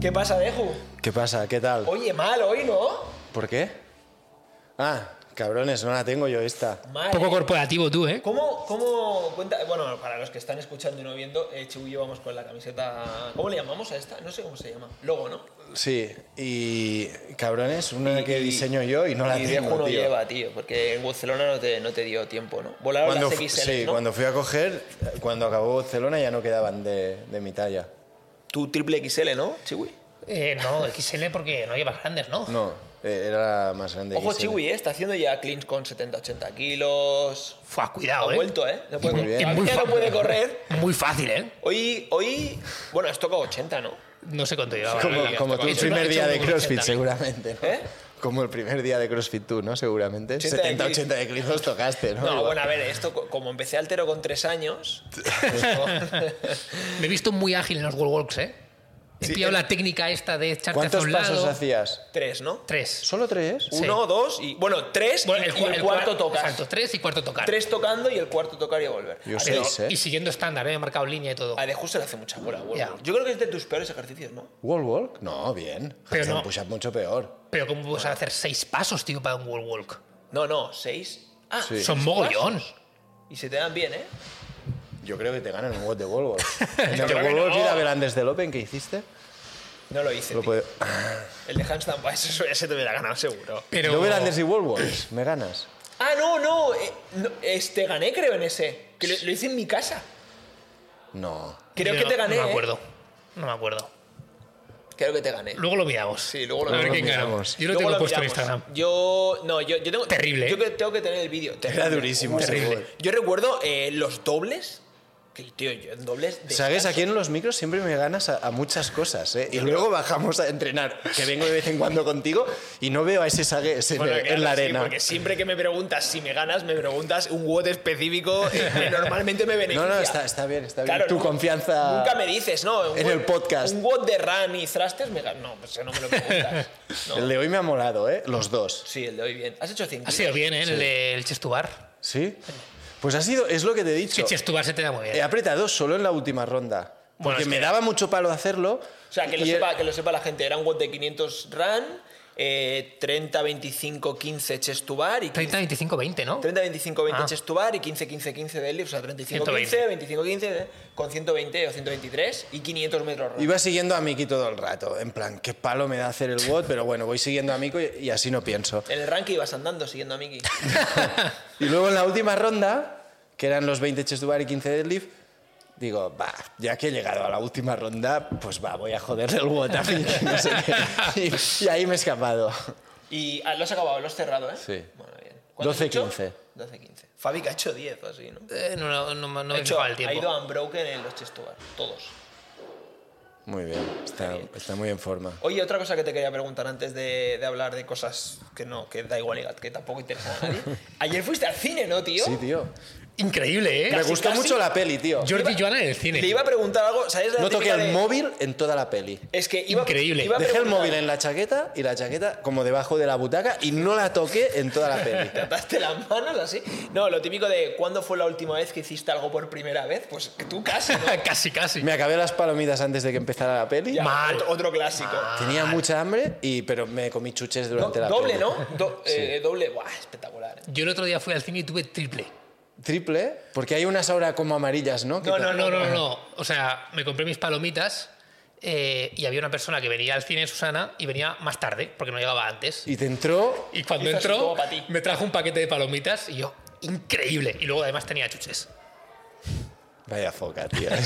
¿Qué pasa, Deju? ¿Qué pasa? ¿Qué tal? Oye, mal hoy, ¿no? ¿Por qué? Ah, cabrones, no la tengo yo esta. Mal. Poco ¿eh? corporativo tú, ¿eh? ¿Cómo, cómo cuenta? Bueno, para los que están escuchando y no viendo, eh, Chibu y yo vamos con la camiseta. ¿Cómo le llamamos a esta? No sé cómo se llama. Logo, ¿no? Sí, y cabrones, una que Y- diseño yo y no la y tengo, Deju no tío. lleva, tío, porque en Barcelona no te, no te dio tiempo, ¿no? Volaron Cuando, las fu- XL, sí, ¿no? cuando fui a coger, cuando acabó Barcelona ya no quedaban de, de mi talla. Tu triple XL, ¿no, Chiwi? Eh, no, XL porque no llevas grandes, ¿no? No, eh, era la más grande. Ojo, XL. Chiwi, ¿eh? Está haciendo ya cleans con 70-80 kilos. Fua, Ha cuidado, ¿eh? vuelto, ¿eh? No puede, Muy bien. todavía Es muy no fácil. puede correr. Muy fácil, ¿eh? Hoy, hoy, bueno, has tocado 80, ¿no? No sé cuánto llevaba. Como, eh, como hasta tú el cuando- primer hecho día un de número CrossFit, 80. seguramente. ¿no? ¿Eh? Como el primer día de CrossFit tú, ¿no? Seguramente. 80 de 70, kilos. 80 de kilos tocaste, ¿no? No, Igual. bueno, a ver, esto, co- como empecé altero con 3 años, Me he visto muy ágil en los wall walks, ¿eh? He Sí, pillado eh. la técnica esta de echarte hacia ¿Cuántos un pasos lado. hacías? 3, ¿no? Tres. ¿Solo tres? Sí. Uno, dos y. Bueno, tres Bueno, y- y el, cua- cuarto cua- tocas. Exacto, tres y cuarto tocar. Tres tocando y el cuarto tocar y volver. Yo a, Pero- seis, ¿eh? Y siguiendo estándar, ¿eh? He marcado línea y todo. a De Justo le hace mucha bola, Wolf. Ya. Yo creo que es de tus peores ejercicios, ¿no? ¿Wall walk? No, bien. Pero Handstand no. push-up mucho peor. Pero ¿cómo puedes hacer seis pasos, tío, para un wall walk? No, no, seis. Ah, Sí. Son seis mogollón. pasos. Y se te dan bien, ¿eh? Yo creo que te ganan un WOD de wall walk. En el de Yo creo wall que walk no. ir a ver antes del Open que hiciste. No lo hice. Lo tío. puede- El de handstand, para eso ya se te hubiera ganado seguro. Pero... Yo ver antes y wall walks. Me ganas. Ah, no, no, eh, no, Este gané, creo, en ese. Que lo, lo hice en mi casa. No. Creo Yo que no- te gané. No me ¿eh? acuerdo. No me acuerdo. Creo que te gané. Luego lo miramos. Sí, luego lo A ver miramos. quién gana. Miramos. Yo lo Luego tengo puesto en miramos. Instagram. Yo. No, yo, yo tengo. Terrible, Yo ¿eh? que tengo que tener el vídeo. Terrible. Era durísimo ese Terrible. WOD. Yo recuerdo eh, los dobles. Que, tío, yo en dobles. de- ¿Sabes? Aquí en los micros siempre me ganas a, a muchas cosas, ¿eh? Y luego bajamos a entrenar, que vengo de vez en cuando contigo y no veo a ese Sagues en, Bueno, el- claro, en la sí, arena. porque siempre que me preguntas si me ganas, me preguntas un WOD específico eh, que normalmente me beneficia. no, no, está, está bien, está bien. Claro, tu nu- confianza. Nunca me dices, ¿no? Un en WOD- el podcast. Un WOD de run y thrusters me ganas. No, pues no me lo preguntas. No. El de hoy me ha molado, ¿eh? Los dos. Sí, el de hoy bien. ¿Has hecho cinco? Ha sido bien, ¿eh? El del Chestubar. ¿Sí? Pues ha sido, es lo que te he dicho. Que Chestubar se te da muy He Eh, bien. apretado solo en la última ronda. Bueno, porque es me que- daba mucho palo hacerlo. O sea, que lo, y- e sepa, que lo sepa la gente. Era un WOD de 500 run, eh, 30, 25, 15 chest to bar y 30, 25, 20, ¿no? 30, 25, 20 Ah. chest to bar y 15, 15, 15 de elipse. O sea, 35, 15, 25, 15 eh, con 120 o 123 y 500 metros run. Iba siguiendo a Miki todo el rato. En plan, qué palo me da hacer el WOD, pero bueno, voy siguiendo a Miki y, y así no pienso. En el ranking ibas andando siguiendo a Miki. Y luego en la última ronda, que eran los 20 chest to bar y 15 deadlift, digo, va, ya que he llegado a la última ronda, pues va, voy a joder el WOD a Miki, no sé qué. Y, y ahí me he escapado. Y ah, lo has acabado, lo has cerrado, ¿eh? Sí. Bueno, bien. ¿Cuánto has 12, hecho? 15. 12, 15. Fabi que ha hecho 10 o así, ¿no? Eh, no, no, no, no me Ha he hecho- fijado el Ha ido tiempo. unbroken en los chest to bar, todos. Muy bien, está, está muy en forma. Oye, otra cosa que te quería preguntar antes de, de hablar de cosas que no, que da igual, que tampoco interesa a nadie. Ayer fuiste al cine, ¿no, tío? Sí, tío. Increíble, ¿eh? Me Casi, gustó casi. mucho la peli, tío. Jordi Joana en el Le cine. iba a preguntar algo, ¿sabes? La No toqué típica el de- móvil en toda la peli. Es que iba, Increíble. iba a Dejé el preguntar- móvil en la chaqueta y la chaqueta como debajo de la butaca y no la toqué en toda la peli. ¿Te ataste las manos así? No, lo típico de ¿cuándo fue la última vez que hiciste algo por primera vez? Pues que tú casi, ¿no? casi, casi. Me acabé las palomitas antes de que empezara la peli. Ya, Mal. Otro, otro clásico. Tenía mucha hambre, y, pero me comí chuches Do- durante la doble, peli. ¿no? Do- eh, doble, guau, espectacular. ¿eh? Yo el otro día fui al cine y tuve triple. Triple, porque hay unas ahora como amarillas, ¿no? Que No, te- no, No, no, no, no. O sea, me compré mis palomitas eh, y había una persona que venía al cine, Susana, y venía más tarde, porque no llegaba antes. Y te entró... Y cuando Hizo así entró, como pa' ti. me trajo un paquete de palomitas y yo, increíble. Y luego además tenía chuches. Vaya foca, tío.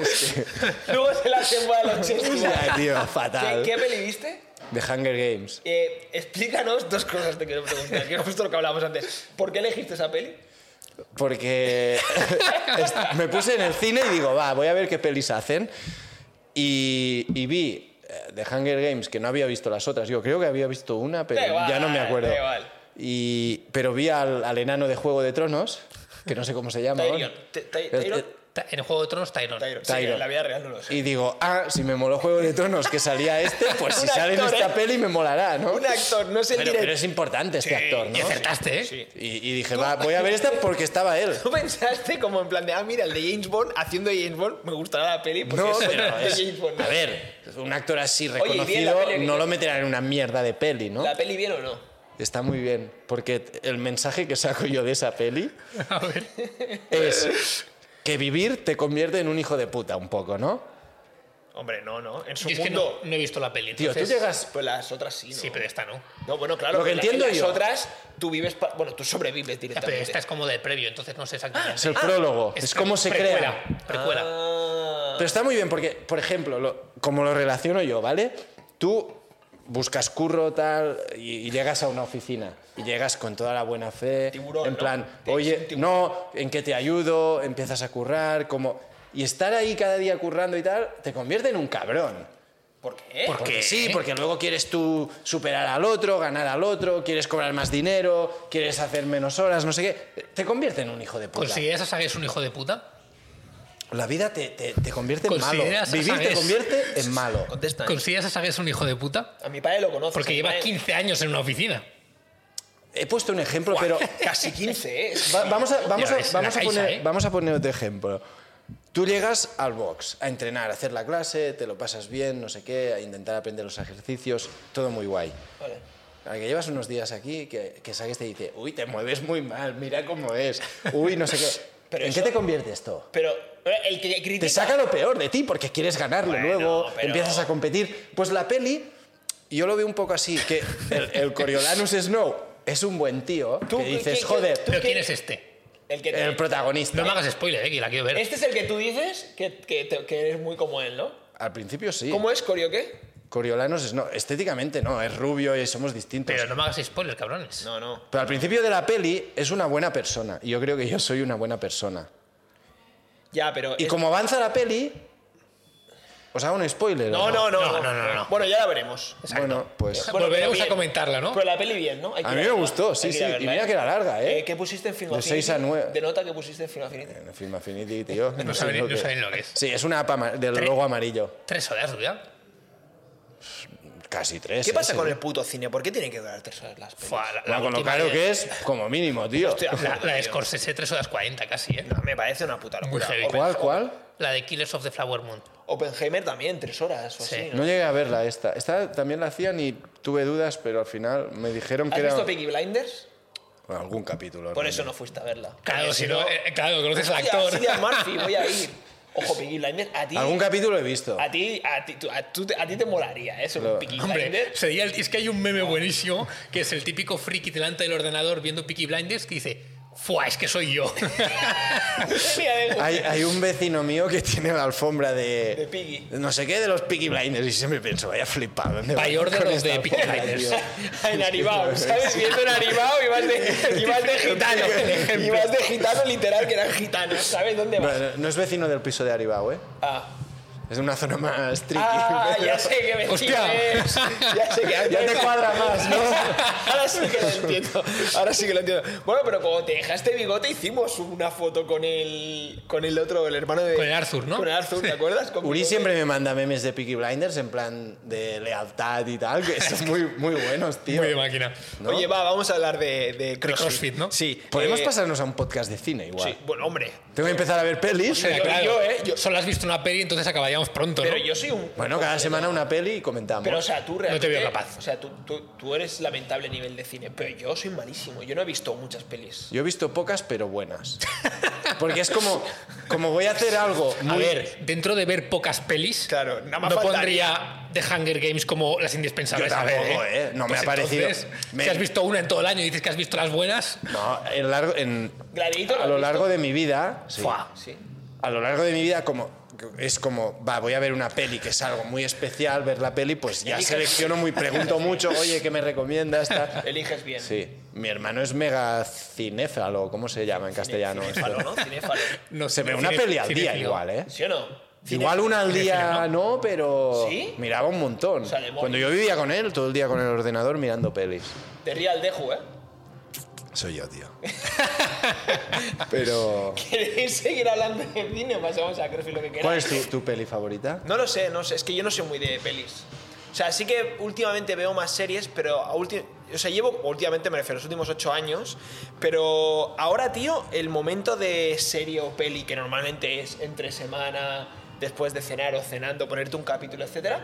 Es que, Luego se la hacen buena a los o chestos. sea, tío, ¿Qué, fatal. ¿Qué peli viste? The Hunger Games. Eh, explícanos dos cosas te quiero preguntar, que es justo lo que hablábamos antes. ¿Por qué elegiste esa peli? Porque est- me puse en el cine y digo, va, voy a ver qué pelis hacen. Y, y vi eh, The Hunger Games, que no había visto las otras. Yo creo que había visto una, pero Da igual, ya no me acuerdo. da igual. Y, pero vi al, al enano de Juego de Tronos, que no sé cómo se llama. Tyrion, ¿no? Ty- Ty- El- Tyrion. el- Ta- En el Juego de Tronos, Tyron. Tyron. Sí, Tyron. en la vida real no lo sé. Y digo, ah, si me moló Juego de Tronos que salía este, pues si Un sale en actor, esta ¿eh? peli me molará, ¿no? Un actor, no sé el Pero, pero director. es importante este actor, ¿no? Y acertaste, ¿eh? Sí. Y, y dije, va, voy a ver esta porque estaba él. ¿Tú pensaste como en plan de, ah, mira, el de James Bond, haciendo de James Bond, me gustará la peli porque No, es el pero de es- James Bond. a ver, un actor así Oye, ¿y bien la reconocido peli? no lo meterán en una mierda de peli, ¿no? ¿La peli bien o no? Está muy bien, porque el mensaje que saco yo de esa peli A ver. es que vivir te convierte en un hijo de puta un poco, ¿no? Hombre, no, no. En su Yo es que mundo. no, no he visto la peli. Tío, tú entonces- llegas... Pues las otras sí, ¿no? Sí, pero esta no. No, bueno, claro. Lo que pero entiendo las, yo- Las otras, tú vives. pa- Bueno, tú sobrevives Ya, Pero directamente. esta es como de previo, entonces no sé exactamente. Es el prólogo, Ah, es, cómo se precuela, crea. Precuela. Ah, Pero está muy bien porque, por ejemplo, lo- como lo relaciono yo, ¿vale? Tú buscas curro tal y, y llegas a una oficina y llegas con toda la buena fe, Tiburón, en ¿no? plan, Te dicen oye, tiburón. no, ¿en qué te ayudo? Empiezas a currar, como y estar ahí cada día currando y tal te convierte en un cabrón. ¿Por qué? ¿Por Porque qué? sí, porque luego quieres tú superar al otro, ganar al otro, quieres cobrar más dinero, quieres hacer menos horas, no sé qué. Te convierte en un hijo de puta. ¿Consideras a Saga un hijo de puta? La vida te, te- te convierte en malo. ¿Consideras a Vivir te Sagues? convierte en malo. Contesta. ¿eh? ¿Consideras a Saga un hijo de puta? A mi padre lo conoces. Porque a mi lleva padre- 15 años en una oficina. He puesto un ejemplo, pero Casi 15, ¿eh? va- vamos a, vamos, Ya a, vamos, ves, la a caixa, poner, ¿eh? vamos a poner otro ejemplo. Tú llegas al box a entrenar, a hacer la clase, te lo pasas bien, no sé qué, a intentar aprender los ejercicios, todo muy guay. Vale. A que llevas unos días aquí, que, que Sagues te dice, uy, te mueves muy mal, mira cómo es, uy, no sé qué. Pero ¿En eso- qué te convierte esto? Pero eh, el que critica... Te saca lo peor de ti porque quieres ganarlo Bueno, luego, pero- empiezas a competir. Pues la peli, yo lo veo un poco así, que el, el Coriolanus Snow es un buen tío, Tú, que ¿qué- dices, qué- joder, ¿Tú ¿Pero qué- quién es este? El que te- El protagonista. No me hagas spoiler, eh, que la quiero ver. Este es el que tú dices que, que, te- que eres muy como él, ¿no? Al principio sí. ¿Cómo es, Corio, qué? Coriolanus es no. Estéticamente no, es rubio y somos distintos. Pero no me hagas spoiler, cabrones. No, no. Pero al principio de la peli es una buena persona. Y yo creo que yo soy una buena persona. Ya, pero... Y es- como avanza la peli. Os hago un spoiler. ¿o No no no, No, no, no, no. Bueno, ya la veremos. Bueno, pues. Volveremos pero a comentarla, ¿no? Pero la peli bien, ¿no? Hay que A mí me verla. gustó, sí, Hay que sí. verla, Y mira que era larga, ¿eh? ¿Qué pusiste en Film De Affinity? seis a nueve. Eh, De nota que pusiste en Film Affinity. En Film Affinity, tío. No, sé saben- lo no que- saben lo que es. Sí, es una apa ama- del Tres. logo amarillo. Tres horas, Rubia. Casi tres. ¿Qué eh, pasa con seguro. el puto cine? ¿Por qué tiene que durar tres horas las pelis? Fua, la, Bueno, con lo última caro de- que es, como mínimo, tío. Hostia, La, la de tío. Scorsese, 3 horas 40 casi, ¿eh? No, me parece una puta Muy locura. heavy. Open- ¿Cuál, cuál? La de Killers of the Flower Moon. Oppenheimer también, tres horas o Sí. así. ¿no? No llegué a verla esta. Esta también la hacían y tuve dudas, pero al final me dijeron que ¿Has era visto Peaky Blinders? Bueno, algún capítulo. Por eso no fuiste a verla. Claro, Porque si no, eh, claro, conoces al Hostia, actor. Cillian Murphy, voy a ir. Ojo, Peaky Blinders, a ti... Algún capítulo he visto. A ti, a ti, tú- a, tú te- a ti te molaría eso, Lo- un Peaky Hombre, Blinders. sería el- es que hay un meme buenísimo que es el típico friki delante del ordenador viendo Peaky Blinders que dice, ¡fua! Es que soy yo. Mira, eh, Hay, hay un vecino mío que tiene la alfombra de. De Piggy. No sé qué, de los Piggy Blinders. Y siempre pienso, vaya flipado. ¿dónde va Mayor de con los esta de Peaky alfombra, Blinders. tío? En Aribao, ¿sabes? Viendo en Aribao y vas de, y vas de gitano. Y vas de gitano literal, que eran gitanos. ¿Sabes dónde vas? Bueno, no es vecino del piso de Aribao, ¿eh? Ah, Es de una zona más tricky. Ah, pero- ya sé que me Hostia. es. Ya sé que Ya te cuadra más, ¿no? Ahora sí que lo entiendo. Ahora sí que lo entiendo. Bueno, pero como te dejaste bigote, hicimos una foto con el, con el otro, el hermano de. Con el Arthur, ¿no? Con el Arthur, ¿te acuerdas? Con Uri bigote. siempre me manda memes de Peaky Blinders en plan de lealtad y tal, que son muy, muy buenos, tío. Muy de máquina. ¿no? Oye, va, vamos a hablar de, de CrossFit. CrossFit, ¿no? Sí. Podemos eh, pasarnos a un podcast de cine igual. Sí, bueno, hombre. Tengo que empezar a ver pelis. Yo- yo, eh, yo- Solo has visto una peli, entonces acabaríamos pronto, Pero ¿no? yo soy un. Bueno, cada semana una peli y comentamos. Pero, o sea, tú No realmente. te veo capaz. O sea, tú, tú, tú eres lamentable a nivel de cine, pero yo soy malísimo. Yo no he visto muchas pelis. Yo he visto pocas, pero buenas. Porque es como, como voy a hacer algo A muy... ver, dentro de ver pocas pelis, Claro, nada más no faltaría. pondría The Hunger Games como las indispensables. Yo tampoco, a ver, Pues ¿eh? No me ha parecido. entonces, Me- Si has visto una en todo el año y dices que has visto las buenas, No, en largo- en- Gladiator, a lo ¿has largo visto? de mi vida... sí. ¡fua! Sí. A lo largo de mi vida como, es como, va, voy a ver una peli que es algo muy especial, ver la peli, pues ya Eliges. selecciono muy, pregunto mucho, oye, ¿qué me recomiendas? Tal. Eliges bien. Sí, mi hermano es mega cinéfalo, ¿cómo se llama en castellano? Cinéfalo, ¿no? Cinéfalo. No, Se ve cine- una peli al día cinéfilo. igual, este. ¿eh? ¿Sí o no? Igual una al día no, pero ¿Sí? miraba un montón. sea, de móvil. Cuando yo vivía con él, todo el día con el ordenador mirando pelis. Te ría el Deju, ¿eh? Soy yo, tío. Pero. ¿Queréis seguir hablando de cine? Pasamos a Crefis lo que queráis. ¿Cuál es tu, tu peli favorita? No lo sé, no sé. Es que yo no soy muy de pelis. O sea, sí que últimamente veo más series, pero a ulti- o sea, llevo, últimamente me refiero, los últimos ocho años, pero ahora, tío, el momento de serie o peli, que normalmente es entre semana, después de cenar o cenando, ponerte un capítulo, etcétera,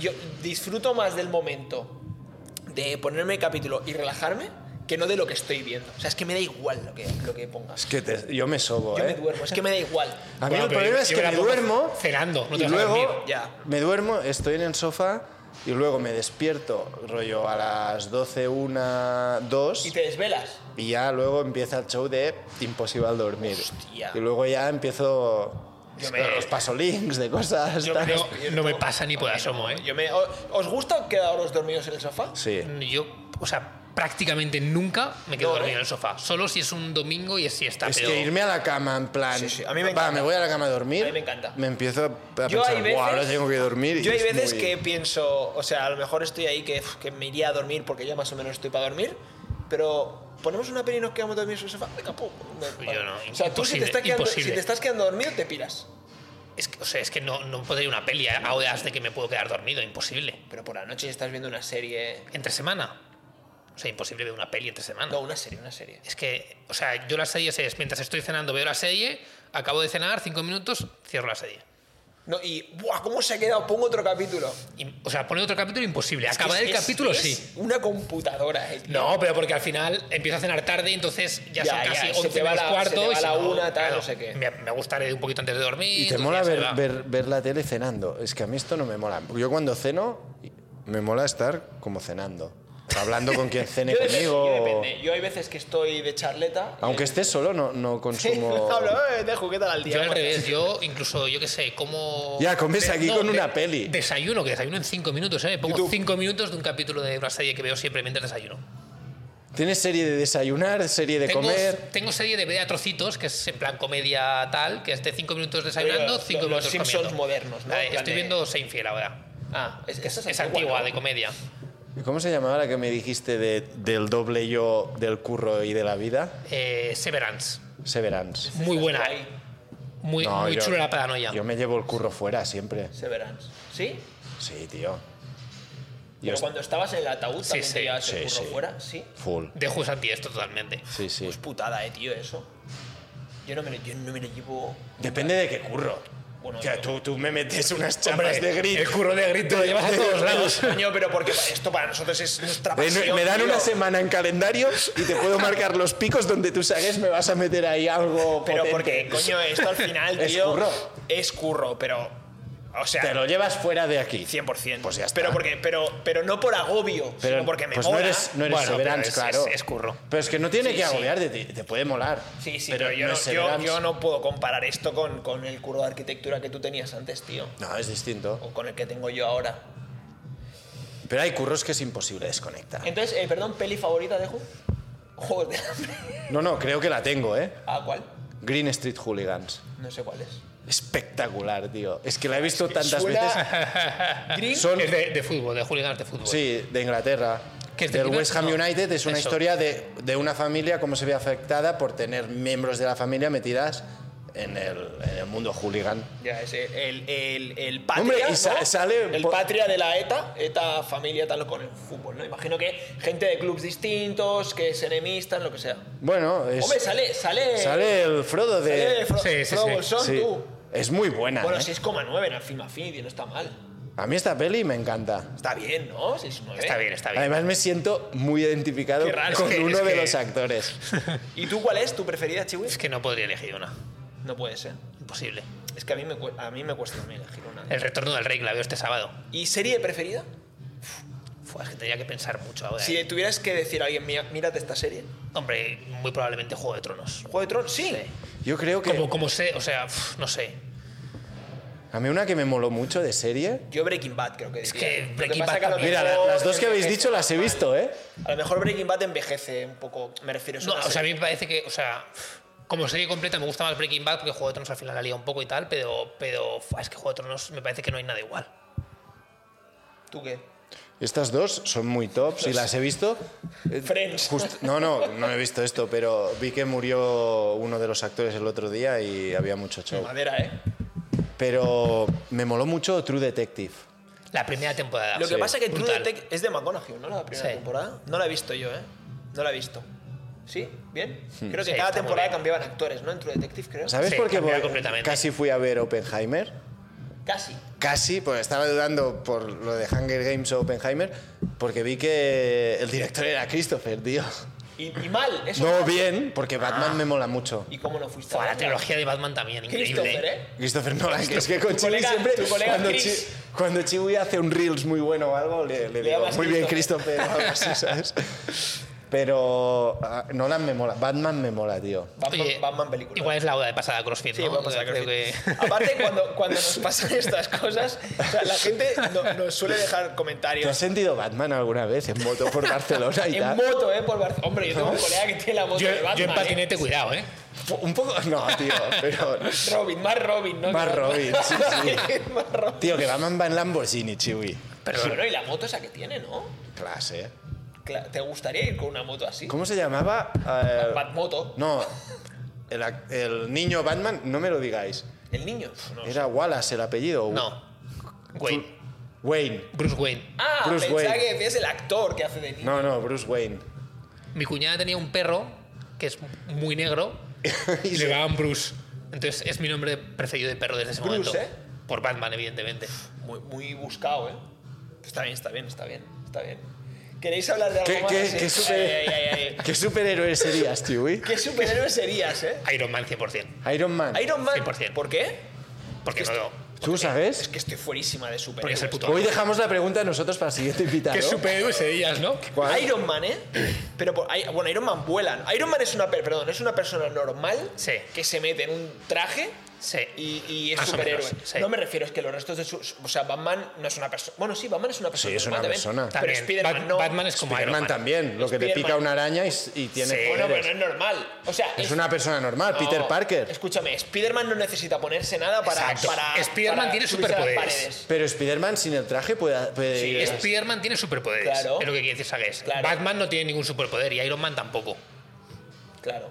yo disfruto más del momento de ponerme el capítulo y relajarme que no de lo que estoy viendo. O sea, es que me da igual lo que, lo que Es pongas. que te- yo me sobo, Yo ¿eh? me duermo, es que me da igual. A mí Bueno, el pero problema yo- es que yo me la me pongo duermo. cenando, no te y vas a dormir. luego Ya. me duermo, estoy en el sofá y luego me despierto, rollo a las 12, 1, 2. Y te desvelas. Y ya luego empieza el show de imposible dormir. Hostia. Y luego ya empiezo Yo me- los pasolinks de cosas. Yo tal. me- No, no me pasa ni por asomo, ¿eh? Yo me, o- ¿Os gusta quedaros dormidos en el sofá? Sí. Yo, o sea, prácticamente nunca me quedo No, ¿no? dormido en el sofá. Solo si es un domingo y es siesta. Es pero que irme a la cama en plan, Sí, sí, a mí me "Va, encanta. me voy a la cama a dormir. A mí me encanta. Me empiezo a pensar, Yo hay veces- "Buah, ahora tengo que dormir. y Yo hay es veces muy- que pienso, o sea, a lo mejor estoy ahí que, que me iría a dormir porque ya más o menos estoy para dormir, pero ponemos una peli y nos quedamos dormidos en el sofá. Venga, pum. Yo no, o sea, tú si imposible, te, estás quedando, si imposible. te estás quedando dormido, te piras. es que, o sea, es que no, no puedo ir a una peli a horas de que me puedo quedar dormido. Imposible. Pero por la noche estás viendo una serie. Entre semana. O sea, imposible ver una peli entre semana. No, una serie, una serie. Es que, o sea, yo las series es mientras estoy cenando veo la serie, acabo de cenar, cinco minutos, cierro la serie. No, y, ¡buah! ¿Cómo se ha quedado? Pongo otro capítulo. Y- o sea, poner otro capítulo imposible. Es que Acabar es- el es- capítulo es sí. Una computadora, eh, tío. No, pero porque al final empiezo a cenar tarde y entonces ya, Ya, son ya, casi se 11 te va menos la- cuarto. se te y va la no, una, tal, no sé qué. Me, me gustaré un poquito antes de dormir. Y te entonces mola ya se ver, va. ver, ver la tele cenando. Es que a mí esto no me mola. Yo cuando ceno, me mola estar como cenando. Hablando con quien cene Yo depende, conmigo. yo o- depende. Yo hay veces que estoy de charleta. Aunque estés solo, no, no consumo. Hablo eh, de jugueta al día. Yo al revés, yo incluso, yo qué sé, como. Ya, comes de- aquí con una de- peli. Desayuno, que desayuno en cinco minutos, ¿eh? Me pongo YouTube. cinco minutos de un capítulo de una serie que veo siempre mientras desayuno. Tienes serie de desayunar, serie de tengo, comer. tengo serie de ver a trocitos, que es en plan comedia tal, que es de cinco minutos desayunando, Pero cinco los- los minutos Simpsons comiendo. modernos, ¿no? Ah, En plan Estoy de- viendo Seinfeld ahora. Ah, es, esa es, Es antigua, ¿no? de comedia. ¿Cómo se llamaba la que me dijiste de, del doble yo, del curro y de la vida? Eh, Severance. Severance. Muy buena. eh. Ahí, Muy, No, muy yo- chula la paranoia. Yo me llevo el curro fuera siempre. Severance. ¿Sí? Sí, tío. Yo Pero est- cuando estabas en el ataúd Sí, también sí. te llevabas Sí, el curro sí. fuera, ¿sí? Full. Dejo es anti esto totalmente. Sí, sí. Pues putada, eh, tío, eso. Yo no me lo, yo no me lo llevo... Depende de qué curro. Bueno, o sea, yo- tú, tú me metes unas chapas de grit. el curro de grito lo llevas a todos lados. Coño, pero porque esto para nosotros es nuestra De pasión, nue- Eh, me dan tío. una semana en calendario y te puedo marcar los picos donde tú sabes me vas a meter ahí algo Pero potente. porque, coño, esto al final, Es tío... curro. Es curro, pero... O sea... Te lo llevas fuera de aquí. 100%. Pues ya está. Pero, porque, pero, pero no por agobio, Pero sino porque me pues mola. no eres, no eres Bueno, pero Severance, es- claro. es- es curro. Pero es que no tiene Sí, que sí. agobiar de ti. Te puede molar. Sí, sí, pero, yo, no no, es yo, Severance. yo no puedo comparar esto con, con el curro de arquitectura que tú tenías antes, tío. No, es distinto. O con el que tengo yo ahora. Pero hay curros que es imposible desconectar. Entonces, eh, perdón, peli favorita de Who? Juegos de hambre. No, no, creo que la tengo, ¿eh? ¿Ah, cuál? Green Street Hooligans. No sé cuál es. Espectacular, tío. Es que la he visto tantas Suena- veces. Green. Son- Es de, de fútbol, de hooligans de fútbol. ¿Eh? Sí, de Inglaterra. ¿Qué es de del Inglaterra? West Ham No. United es una Eso. historia de, de una familia, cómo se ve afectada por tener miembros de la familia metidas en el, en el mundo hooligan. Ya, es el, el, el, el patria. Hombre, y ¿no? sa- sale El po- patria de la ETA, ETA familia tal con el fútbol, ¿no? Imagino que gente de clubes distintos, que es enemistas, lo que sea. Bueno, es- Hombre, sale, sale. sale el Frodo sale de... Fro- Sí, sí, Frodo sí. Bolsón, Sí. tú. Es muy buena. Bueno, ¿eh? 6,9 en el Film Affinity, no está mal. A mí esta peli me encanta. Está bien, ¿no? 6,9. Está bien, está bien. Además me siento muy identificado Qué raro, es con que- uno es de que- los actores. ¿Y tú cuál es tu preferida, Chiwi? Es que no podría elegir una. No puede ser. Imposible. Es que a mí me, cu- a mí me cuesta también elegir una. El retorno del rey que la veo este sábado. ¿Y serie preferida? Fue, es que tendría que pensar mucho ahora. Si ¿eh? tuvieras que decir a alguien, "Mira- mírate esta serie. Hombre, muy probablemente Juego de Tronos. ¿Juego de Tronos? Sí. Yo creo que... Como, como sé, o sea, pf, no sé. A mí una que me moló mucho de serie... Yo Breaking Bad creo que Es diría. que Lo Breaking pasa Bad que a lo también. Mira, la- mejor las dos que habéis envejece dicho las he mal. visto, ¿eh? A lo mejor Breaking Bad envejece un poco, me refiero. es No, una o sea, a serie- mí me parece que, o sea, como serie completa me gusta más Breaking Bad porque Juego de Tronos al final la liga un poco y tal, pero, pero fua, es que Juego de Tronos me parece que no hay nada igual. ¿Tú qué? Estas dos son muy tops y las he visto. eh, Friends. just- no, no, no he visto esto, pero vi que murió uno de los actores el otro día y había mucho show. Madera, ¿eh? Pero me moló mucho True Detective. La primera temporada. Lo que Sí, pasa es que True brutal. Detective es de McConaughey, ¿no? La primera Sí. temporada. No la he visto yo, ¿eh? No la he visto. ¿Sí? ¿Bien? Creo que Sí, cada está muy temporada bien. cambiaban actores, ¿no? En True Detective, creo. ¿Sabes Sí, por qué cambia voy- completamente. casi fui a ver Oppenheimer? Casi. Casi, pues estaba dudando por lo de Hunger Games o Oppenheimer, porque vi que el director era Christopher, tío. Y, y mal, eso. No mal. bien, porque Batman me mola mucho. ¿Y cómo no fuiste? Fua, la verla? trilogía de Batman también, Christopher, increíble. ¿eh? Christopher Nolan, que es que con Tu Chiwi colega- siempre. tu colega cuando, Chris. Chi- cuando Chiwi hace un Reels muy bueno o algo, le, le Le digo, llamas muy bien, Christopher, o algo así, ¿sabes? Pero ah, Nolan me mola, Batman me mola, tío. Batman, Oye, Batman película. Igual es la hora de pasada a CrossFit, Sí, ¿no? vamos a O sea, creo que- Aparte, cuando, cuando nos pasan estas cosas, o sea, la gente no- nos suele dejar ¿Te has comentarios. sentido Batman alguna vez en moto por Barcelona y En tal? moto, ¿eh? Por Barcelona. Hombre, yo tengo un colega que tiene la moto Yo, de Batman. yo en ¿eh? patinete, cuidado, ¿eh? Un poco. No, tío, pero. Robin, más Robin, ¿no? Más Que Robin, sí, sí. más Robin. Tío, que Batman va en Lamborghini, Chiwi. Pero bueno, y la moto esa que tiene, ¿no? Clase. Cla- ¿Te gustaría ir con una moto así? ¿Cómo se llamaba? Eh, Batmoto. no, el, ac- el niño Batman, no me lo digáis. El niño. No. Era Wallace el apellido. No. Wayne. Wayne. Bruce Wayne. Ah, Bruce pensaba Wayne. que es el actor que hace de niño. No, no, Bruce Wayne. Mi cuñada tenía un perro que es muy negro y Y le se- llamaban Bruce. Entonces es mi nombre preferido de perro desde ese Bruce, momento. ¿eh? Por Batman, evidentemente. Muy, muy buscado, ¿eh? Está bien, está bien, está bien, está bien. ¿Queréis hablar de algo ¿Qué, más? qué- así? qué Ay, ay, super- ay, ay. qué superhéroe serías, Chewie? ¿Qué superhéroe serías, eh? Iron Man 100%. Iron Man. Iron Man. 100%. ¿Por qué? Porque no lo- ¿Tú Es sabes? que estoy fuerísima de Porque superhéroes. es el puto. Hoy dejamos la pregunta a nosotros para el siguiente invitado. ¿Qué superhéroe serías, no? ¿Cuál? Iron Man, ¿eh? Pero por- ay- bueno, Iron Man vuela. Iron Man es una, per- perdón, es una persona normal Sí. que se mete en un traje Sí. y, y es Más o superhéroe. menos, sí. No me refiero, es que los restos de su. O sea, Batman no es una persona. Bueno, sí, Batman es una persona. Sí, es una normal también, persona. Pero También. Spider-Man Bat- no. Batman es como Iron Man Iron Man. también, lo que te Spiderman. pica una araña y, s- y tiene Sí. Bueno, poderes. pero no es normal. O sea, Es una persona normal, No, Peter Parker. Escúchame, Spider-Man no necesita ponerse nada para. Exacto. para Spider-Man para tiene subirse a las superpoderes. paredes. Pero Spider-Man sin el traje puede, puede Sí, ir es- Spider-Man tiene superpoderes. Claro. Es lo que quiere decir Sagues. Claro. Batman no tiene ningún superpoder y Iron Man tampoco. Claro.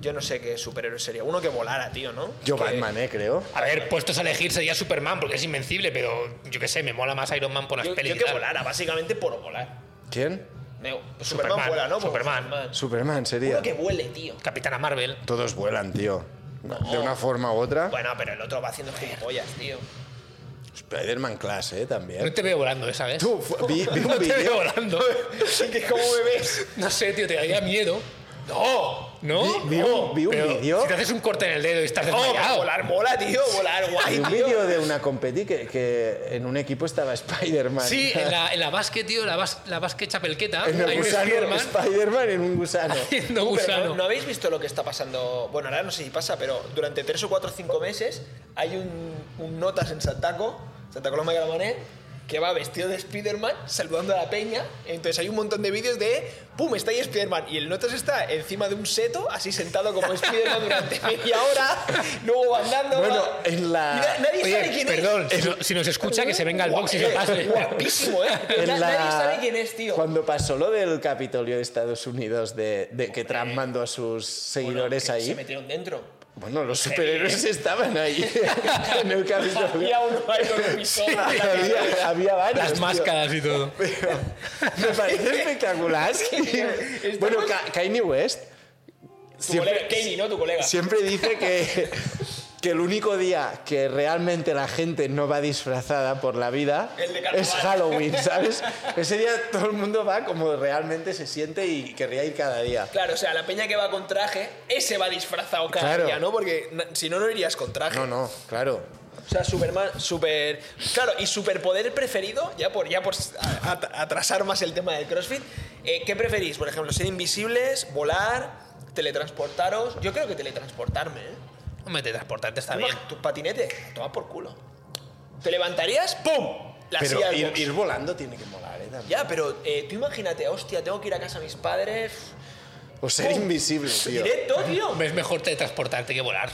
Yo no sé qué superhéroe sería. Uno que volara, tío, ¿no? Yo Que- Batman, eh, creo. A ver, puestos a elegir sería Superman porque es invencible, pero yo qué sé, me mola más Iron Man por las Yo, pelis. yo y que tal. volara, básicamente por volar. ¿Quién? Me- pues Superman, Superman, vuela, ¿no? Por Superman. Superman sería. Uno que vuele, tío. Capitana Marvel. Todos vuelan, tío. De una forma u otra. Bueno, pero el otro va haciendo gilipollas, tío. Spider-Man Class, eh, No también. te veo volando, ¿eh? ¿sabes? Tú, fu- vi, vi no un te veo vídeo. volando. que ¿Cómo me ves? No sé, tío, te daría miedo. No, no. Vi- vi un- no, vi un pero vídeo. Si te haces un corte en el dedo y estás No, desmayado. Oh, volar mola, tío. Volar guay, Vi un tío. vídeo de una competi que, que en un equipo estaba Spider-Man. Sí, en la, en la basque, tío, la, bas, la basque chapelqueta. En hay el un gusano. Spider-Man Spider-Man en un gusano. haciendo Tú, pero gusano. ¿no, no habéis visto lo que está pasando? Bueno, ahora no sé si pasa, pero durante 3 o 4 o 5 meses hay un, un notas en Santaco, Santa Coloma de Gramanet, que va vestido de Spider-Man saludando a la peña. Entonces hay un montón de vídeos de ¡Pum! Está ahí Spider-Man. Y el notas está encima de un seto, así sentado como Spider-Man durante media hora, luego va andando. Bueno, va- en la- Y na- nadie Oye, sabe quién perdón, es. si, no- si nos escucha, que se venga al box y se Guau, pase. eh, Guapísimo, ¿eh? En Na- la- Nadie sabe quién es, tío. Cuando pasó lo del Capitolio de Estados Unidos, de, de que Trump mandó a Bueno, sus seguidores que Se ahí. metieron dentro. Bueno, los superhéroes estaban ahí en el Capitolio. Había uno ahí con pistola. había, había varios. Las tío. máscaras y todo. Pero me parece espectacular. Estamos- bueno, Ka- Kanye West Tu colega, Kenny, ¿no? Tu colega. siempre dice que, que el único día que realmente la gente no va disfrazada por la vida El de carnaval. es Halloween, ¿sabes? Ese día todo el mundo va como realmente se siente y querría ir cada día. Claro, o sea, la peña que va con traje, ese va disfrazado cada Claro. día, ¿no? Porque na- si no, no irías con traje. No, no, claro. O sea, Superman, super... Claro, y superpoder preferido, ya por, ya por a- a- atrasar más el tema del CrossFit, eh, ¿qué preferís? Por ejemplo, ser invisibles, volar, teletransportaros... Yo creo que teletransportarme, ¿eh? Hombre, te transportarte está Toma, bien. Tu patinete, toma por culo. ¿Te levantarías? ¡Pum! La silla Pero del ir, box. ir volando tiene que molar, ¿eh? También. Ya, pero eh, tú imagínate, hostia, tengo que ir a casa a mis padres... O ser ¡pum! invisible, tío. Directo, tío. Hombre, Es mejor te transportarte que volar.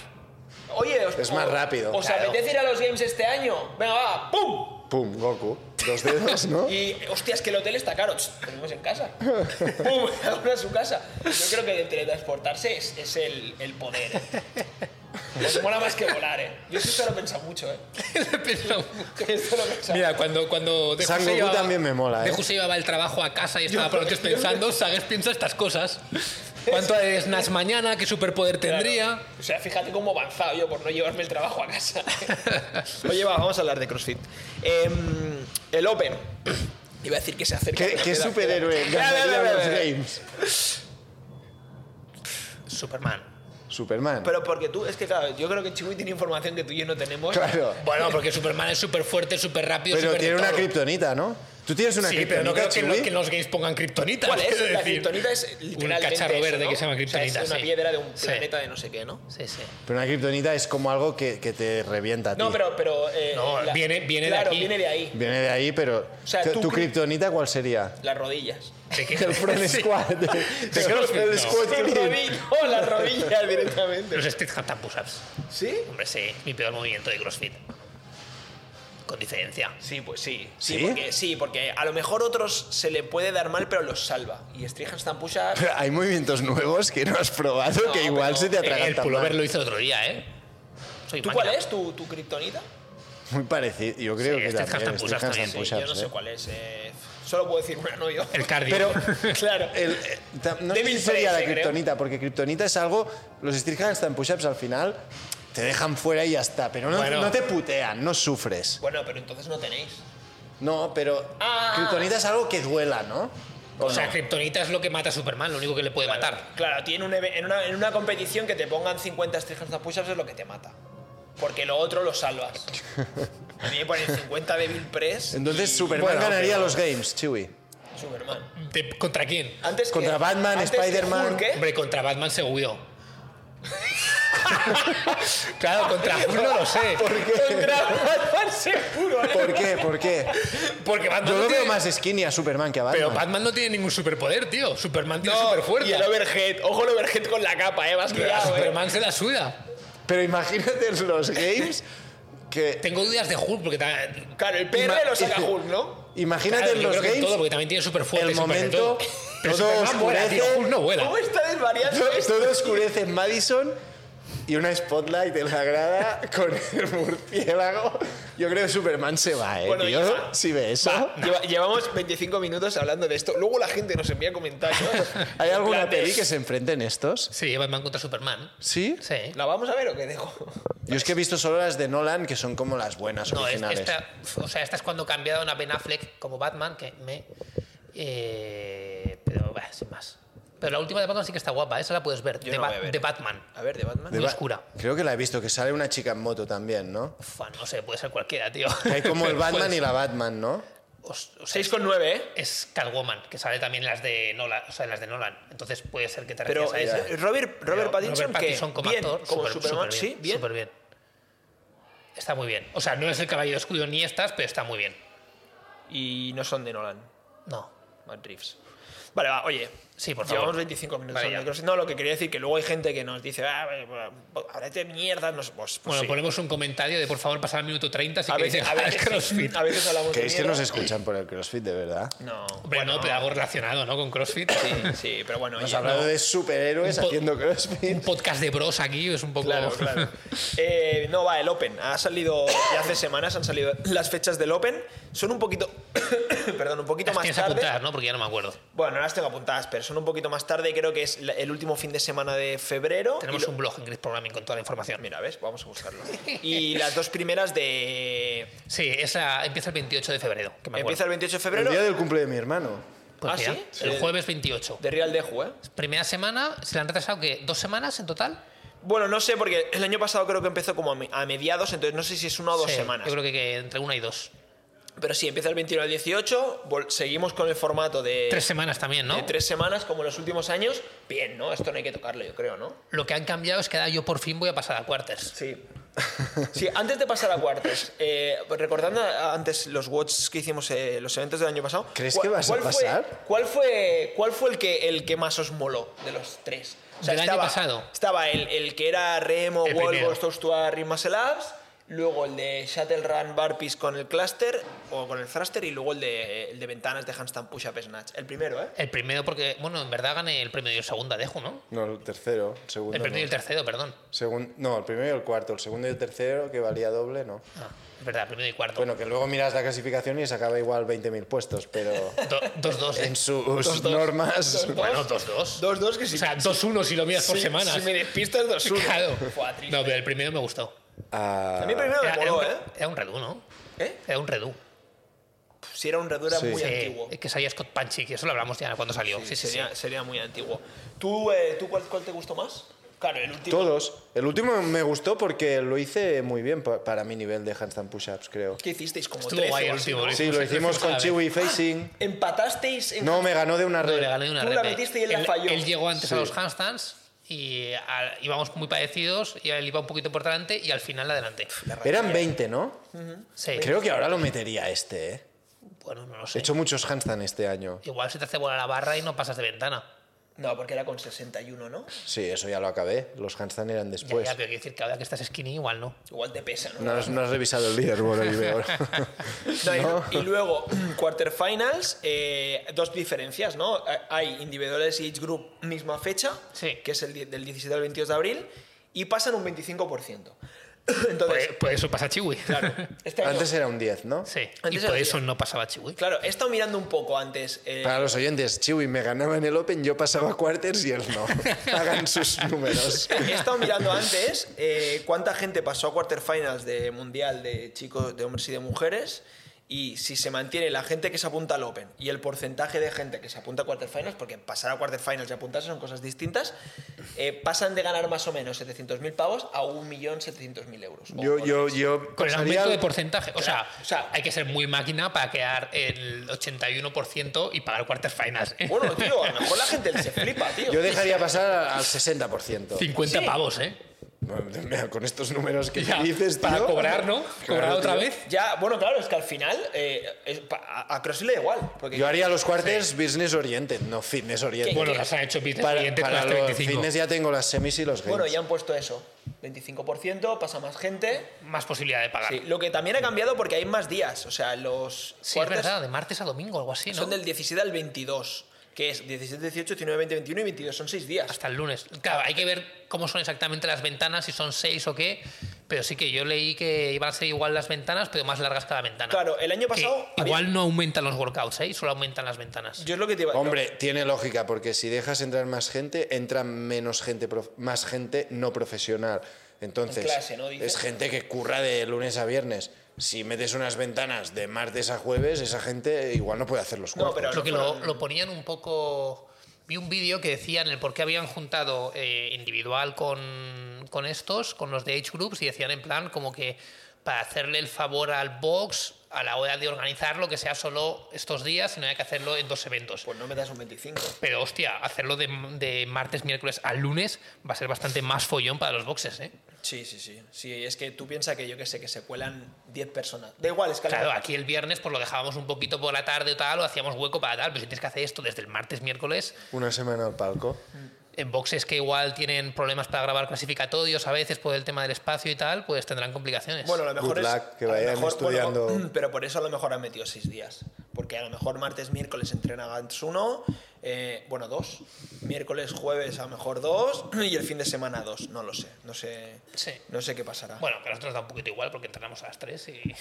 Oye, os- Es más o- rápido, ¿Os claro. apetece ir a los games este año? Venga, va, ¡pum! Pum, Goku. dos dedos, ¿no? Y, hostias, que el hotel está caro. Ch, Comimos en casa. ¡Pum! Cada uno a su casa. Yo creo que el teletransportarse es, es el, el poder. ¿eh? Os mola más que volar, ¿eh? Yo esto lo he pensado mucho, ¿eh? Pero- Esto lo he pensado. Mira, cuando, cuando de Sangoku José llevaba- también me mola, De ¿eh? José llevaba el trabajo a casa y estaba Yo- por noches pensando, Sagues piensa estas cosas. ¿Cuánto es Nash mañana? ¿Qué superpoder Claro. tendría? O sea, fíjate cómo he avanzado yo por no llevarme el trabajo a casa. Oye, va, vamos a hablar de CrossFit. Em, el Open. Iba a decir que se acerca. ¿Qué, pero qué queda- superhéroe queda- ganaría Ve, ve, ve, los ve, ve. games? Superman. Superman. Pero porque tú, es que claro, yo creo que Chiwi tiene información que tú y yo no tenemos. claro. Bueno, porque Superman es súper fuerte, súper rápido, Pero súper tiene de una todo. kriptonita, ¿no? Tú tienes una Sí, pero kriptonita, no creo que, lo- Chiwi? que los gays pongan kriptonita. ¿Cuál es? quiero La decir. criptonita es Un literalmente cacharro eso, verde ¿no? que se llama O sea, es kriptonita. una sí. piedra de un Sí. planeta de no sé qué, ¿no? Sí, sí. Pero una kriptonita es como algo que, que te revienta a ti. No, pero... pero eh, No, viene- viene de claro, aquí. viene de ahí. Viene de ahí, pero... O sea, ¿Tu- tú ¿Tu cri- kriptonita cuál sería? Las rodillas. ¿De qué? El front Sí. squad. De, de CrossFit, el no. squad Los clean. rodillos, no, oh, las rodillas directamente. Los street handstand push-ups. ¿Sí? Hombre, sí, mi peor movimiento de CrossFit. Con diferencia. Sí, pues sí. Sí, ¿Sí? Porque, sí, porque a lo mejor otros se le puede dar mal, pero los salva. Y Strihan están pushas. Pero hay movimientos nuevos que no has probado No, que pero- igual se te Eh, El atragantan pullover más. lo hice otro día, ¿eh? Soy ¿Tú máquina. cuál es tu, tu kriptonita? Muy parecido, yo creo Sí, que este es también. handstand este push-ups handstand también. Sí, Sí, yo no push-ups, sé ¿eh? cuál es. eh, solo puedo decir una, no yo. El cardio. Pero claro. el- eh, tam- no sé Devil si sería la Prey, creo. kriptonita, porque kriptonita es algo... Los street handstand push-ups al final te dejan fuera y ya está. Pero no, Bueno. no te putean, no sufres. Bueno, pero entonces no tenéis. No, pero Ah. kriptonita es algo que duela, ¿no? o sea, Kryptonita es lo que mata a Superman, lo único que le puede matar. Claro, tiene un eve- en, una, en una competición que te pongan 50 Strihan push-ups es lo que te mata. Porque lo otro lo salvas. A mí me ponen 50 Devil Press. Entonces y- Superman Bueno, ganaría pero- los games, Chewie. Superman. ¿De- ¿Contra quién? Antes que- Contra Batman, antes que Spider-Man. Hulk, ¿eh? Hombre, contra Batman se huyó. claro, contra Hulk no lo sé. Contra Batman seguro, ¿eh? ¿Por qué? ¿Por qué? Porque Batman Yo no lo tiene- veo más skinny a Superman que a Batman. Pero Batman no tiene ningún superpoder, tío. Superman tiene No, superfuerza. Y el overhead. Ojo el overhead con la capa, eh. Vas Pero a cuidado, eh. Superman se la suda. Pero imagínate los games que... Tengo dudas de Hulk porque ta- Claro, el PR Ima- lo saca Hulk, ¿no? Imagínate Claro, en yo los creo que en games todo, porque también tiene super fuerte. el momento, Pero todo Superman vuela, tío. oscurece. Hulk no vuela. ¿Cómo está desvariando to- esto? todo oscurece en Madison y una spotlight en la grada con el murciélago. Yo creo que Superman se va, ¿eh, Bueno, tío? ya va. Si ve eso... Va, lleva- llevamos 25 minutos hablando de esto. Luego la gente nos envía comentarios. ¿Hay En alguna plan de, peli que se enfrenten estos? Sí, Batman contra Superman. ¿Sí? Sí. ¿La vamos a ver o qué dejo? Yo es que he visto solo las de Nolan, que son como las buenas No, es, originales. esta, o sea, esta es cuando cambiaron a Ben Affleck como Batman, que me. eh, pero, bah, sin más. Pero la última de Batman sí que está guapa, esa la puedes ver. Yo de, no Ba- voy a ver. de Batman. A ver, de Batman. De muy Ba- oscura. Creo que la he visto, que sale una chica en moto también, ¿no? Uf, no sé, puede ser cualquiera, tío. Que hay como el Pero Batman puede y la Batman, ¿no? ser- os- o sea, 6,9, ¿eh? es Catwoman, que sale también en las de Nolan. O sea, en las de Nolan. Entonces puede ser que te Pero refieras a esa. eh, Robert, Robert Pero Pattinson, que como bien, actor, como súper- Superman, súper sí, bien. súper bien. Está muy bien. O sea, no es el caballero escudo ni estas, pero está muy bien. Y no son de Nolan, No. Matt Reeves. Vale, va, oye. Sí, por Llevamos favor. 25 minutos. Vale, hablando ya. de CrossFit. no, lo que quería decir que luego hay gente que nos dice, ah, ahora te mierdas, nos, pues, pues Bueno, sí. ponemos un comentario de por favor pasar al minuto 30 si A queréis veces, a dejar el veces, CrossFit. a veces Pues hablamos ¿Creéis de que este mierda. nos escuchan por el CrossFit, de verdad? No, Hombre, no, pero algo relacionado, ¿no? Con CrossFit. Sí, sí, pero bueno, Hemos oye, hablado no. de superhéroes Un po- haciendo Un CrossFit. podcast de bros aquí es un poco... Claro, claro. Eh, no, va, el Open. Ha salido, ya hace semanas han salido las fechas del Open. Son un poquito, perdón, un poquito Las más tienes tarde. apuntadas, ¿no? Porque ya no me acuerdo. Bueno, no las tengo apuntadas, pero son un poquito más tarde. Creo que es la- el último fin de semana de febrero. Tenemos Y lo- un blog en Gris Programming con toda la información. Mira, ¿ves? Vamos a buscarlo. Y las dos primeras de... Sí, esa empieza el 28 de febrero, que me acuerdo. Empieza el 28 de El febrero. día del cumple de mi hermano. Pues ¿Ah, mira, sí? El Sí. jueves 28. De Real Deju, ¿eh? Primera semana, se la han retrasado, ¿qué? ¿Dos semanas en total? Bueno, no sé, porque el año pasado creo que empezó como a me- a mediados, entonces no sé si es una o dos Sí, semanas. Yo creo que, que entre una y dos. Pero sí, empieza el 21 al 18, vol- seguimos con el formato de... Tres semanas también, ¿no? de Eh, tres semanas, como en los últimos años. Bien, ¿no? Esto no hay que tocarlo, yo creo, ¿no? Lo que han cambiado es que ahora yo por fin voy a pasar a quarters. Sí. Sí, antes de pasar a cuartos, eh, recordando antes los watches que hicimos, eh, los eventos del año pasado. ¿Crees ¿cuál- que vas a cuál fue- pasar? ¿Cuál fue, cuál fue el, que, el que más os moló de los tres? Del año pasado. Estaba el, el que era Remo, El Volvo, primero. Stostuar y Muscle Ups. luego el de Shuttle Run Barpees con el cluster o con el thruster y luego el de, el de ventanas de handstand push-up snatch. El primero, ¿eh? El primero, porque, bueno, en verdad gané el premio de segunda dejo, ¿no? No, el tercero, el segundo. El primero y no. el tercero, perdón. Segun- no, el primero y el cuarto. El segundo y el tercero, que valía doble, no. Ah, es verdad, primero y cuarto. Bueno, que luego miras la clasificación y se acaba igual 20.000 puestos, pero Do- dos, dos. eh. en sus normas. Bueno, dos, dos. Dos, dos que o si, sea, dos, uno si lo miras por si- semanas. si me despistas, dos, uno. Claro. Fua, triste. No, pero el primero me gustó. Ah, A mí primero me moló, un, ¿eh? era un redú, ¿no? ¿Eh? Era un redú. Puf, Si era un redura Sí. muy Sí, antiguo. Eh, que salía Scott Panchik, eso lo hablamos ya cuando salió. Sí, sí, sí. sería, sería muy antiguo. ¿Tú, eh, ¿tú cuál, cuál te gustó más? Claro, el último. todos. El último me gustó porque lo hice muy bien pa- para mi nivel de handstand push-ups, creo. ¿Qué hicisteis? Como Estuvo 13 guay o el así, último. ¿no? ¿eh? Sí, lo hicimos con Chiwi Facing. ¿Empatasteis en No, me ganó de una No, red. le gané una Tú red. la metiste y él la él, falló. él llegó antes a Sí. los handstands y al- íbamos muy parecidos y él iba un poquito por delante y al final adelante. Eran 20, ¿no? Sí. Creo que ahora lo metería este, ¿eh? Bueno, no lo He sé. hecho muchos handstand este año. Igual se te hace bola la barra y no pasas de ventana. No, porque era con 61, ¿no? Sí, eso ya lo acabé. Los handstand eran Ya, Pues después. ya, pero quiero decir que ahora que estás skinny igual no. Igual te pesa, ¿no? No has, no has revisado el leaderboard, Olivero. No, y- Y, luego, quarterfinals, eh, dos diferencias, ¿no? Eh, Hay individuales y each group misma fecha, Sí. que es el die- del 17 al 22 de abril, y pasan un 25%. Entonces, Por, por eso pasa Chiwi. Pues, claro, este año- Pues, Antes era un 10, ¿no? Sí. Y Antes por era eso no pasaba Chiwi. claro, he estado mirando un poco antes. eh, Para los oyentes, Chiwi me ganaba en el Open, yo pasaba quarters y él no. Hagan sus números. He estado mirando antes eh, cuánta gente pasó a quarterfinals de mundial de chicos, de hombres y de mujeres. Y si se mantiene la gente que se apunta al Open y el porcentaje de gente que se apunta a quarterfinals, porque pasar a quarterfinals y apuntarse son cosas distintas, eh, pasan de ganar más o menos 700.000 pavos a 1.700.000 euros. O- Yo, yo, yo Con el pasaría- aumento de porcentaje. O sea, o sea, hay que ser muy máquina para quedar el 81% y pagar quarterfinals. ¿eh? Bueno, tío, a lo mejor la gente se flipa, tío. yo dejaría pasar al 60%. 50 Sí. pavos, ¿eh? Mira, Con estos números que Ya, me dices, para tío. cobrar, ¿no? cobrar Claro, otra tío. vez. Ya, bueno, claro, es que al final eh, es pa- a, a CrossFit le da igual. Porque Yo haría los quarters business oriented, no fitness oriented. Bueno, las han hecho business para, oriente con para las los 35. fitness ya tengo las semis y los games. Bueno, ya han puesto eso. 25%, pasa más gente. Más posibilidad de pagar. Sí, Sí, lo que también ha cambiado porque hay más días. O sea, los es quarters verdad, de martes a domingo, algo así, ¿no? son del 17 al 22, que es 17, 18, 19, 20, 21 y 22. Son seis días. Hasta el lunes. Claro, hay que ver cómo son exactamente las ventanas, si son seis o qué. Pero sí que yo leí que iban a ser igual las ventanas, pero más largas cada ventana. Claro, el año Que pasado. había- igual no aumentan los workouts, ¿eh? Y Solo aumentan las ventanas. Yo es lo que te iba Hombre, tiene lógica, porque si dejas entrar más gente, entra menos gente, prof- más gente no profesional. Entonces, En clase, ¿no? Dices. es gente que curra de lunes a viernes. Si metes unas ventanas de martes a jueves, esa gente igual no puede hacer los No, cuerpos. pero- Creo que lo, lo ponían un poco. Vi un vídeo que decían el por qué habían juntado eh, individual con, con estos, con los de Age Groups, y decían en plan como que para hacerle el favor al box a la hora de organizarlo, que sea solo estos días, sino hay que hacerlo en dos eventos. Pues no me das un 25. Pero hostia, hacerlo de, de martes, miércoles al lunes va a ser bastante más follón para los boxes, ¿eh? Sí, sí, sí. Sí, es que tú piensas que yo que sé, que se cuelan 10 personas. Da igual, es que. Claro, aquí el viernes pues lo dejábamos un poquito por la tarde o tal, o hacíamos hueco para tal, pero si tienes que hacer esto desde el martes, miércoles, Una semana al palco. en boxes que igual tienen problemas para grabar clasificatorios a veces por el tema del espacio y tal, pues tendrán complicaciones. Bueno, a lo mejor Good es. luck, que a lo vayan mejor- bueno, estudiando. pero por eso a lo mejor han metido seis días. Porque a lo mejor martes, miércoles entrena Gantz uno, eh, bueno, dos. Miércoles, jueves a lo mejor dos. Y el fin de semana dos. No lo sé. No sé, Sí. no sé qué pasará. Bueno, que a nosotros nos da un poquito igual porque entrenamos a las 3 y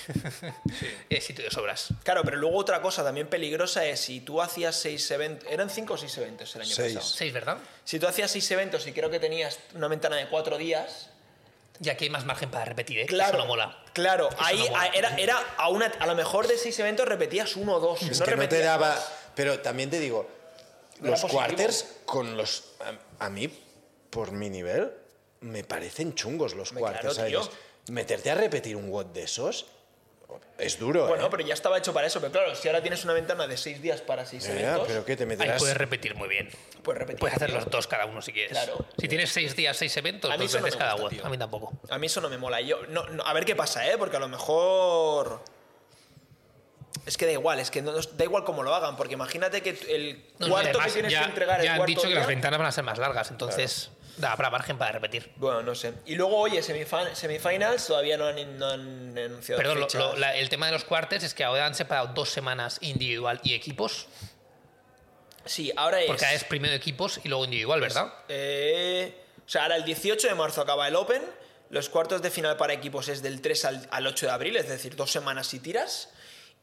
es sitio de sobras. Claro, pero luego otra cosa también peligrosa es si tú hacías seis eventos. ¿Eran cinco o seis eventos el año Seis. pasado? 6, ¿verdad? Si tú hacías seis eventos y creo que tenías una ventana de cuatro días. Ya que hay más margen para repetir, ¿eh? Claro, Eso no mola. claro, ahí no mola. a- era, era a, una, a lo mejor de seis eventos repetías uno o dos. Es que no te repetías daba. más. Pero también te digo, Era los positivo. quarters con los. A, a mí, por mi nivel, me parecen chungos los Hombre, quarters. claro, tío. ¿sabes? Meterte a repetir un WOD de esos es duro. Bueno, ¿eh? pero ya estaba hecho para eso. Pero claro, si ahora tienes una ventana de 6 días para 6 Ya, eventos, pero ¿qué te Ahí meterás? puedes repetir muy bien. pues repetir. Puedes hacer tío. los dos cada uno si quieres. Claro. Si tienes 6 días, 6 eventos, A mí dos eso no veces me cada gusta, WOD. tío. A mí tampoco. A mí eso no me mola. Yo, no, no, a ver qué pasa, ¿eh? Porque a lo mejor... Es que da igual, es que no, da igual cómo lo hagan, porque imagínate que el No, no, cuarto que además, tienes ya, que entregar ya el han cuarto dicho que día- las ventanas van a ser más largas, entonces da, habrá margen para repetir. Bueno, no sé. Y luego, oye, semifin- semifinals todavía no han, no han anunciado Perdón, lo- fechas. lo- la- el tema de los cuartos es que ahora han separado dos semanas individual y equipos, Sí, ahora es... porque ahora es primero equipos y luego individual, ¿verdad? Eh, o sea, ahora el 18 de marzo acaba el Open. Los cuartos de final para equipos es del 3 al, al 8 de abril, es decir, dos semanas y tiras.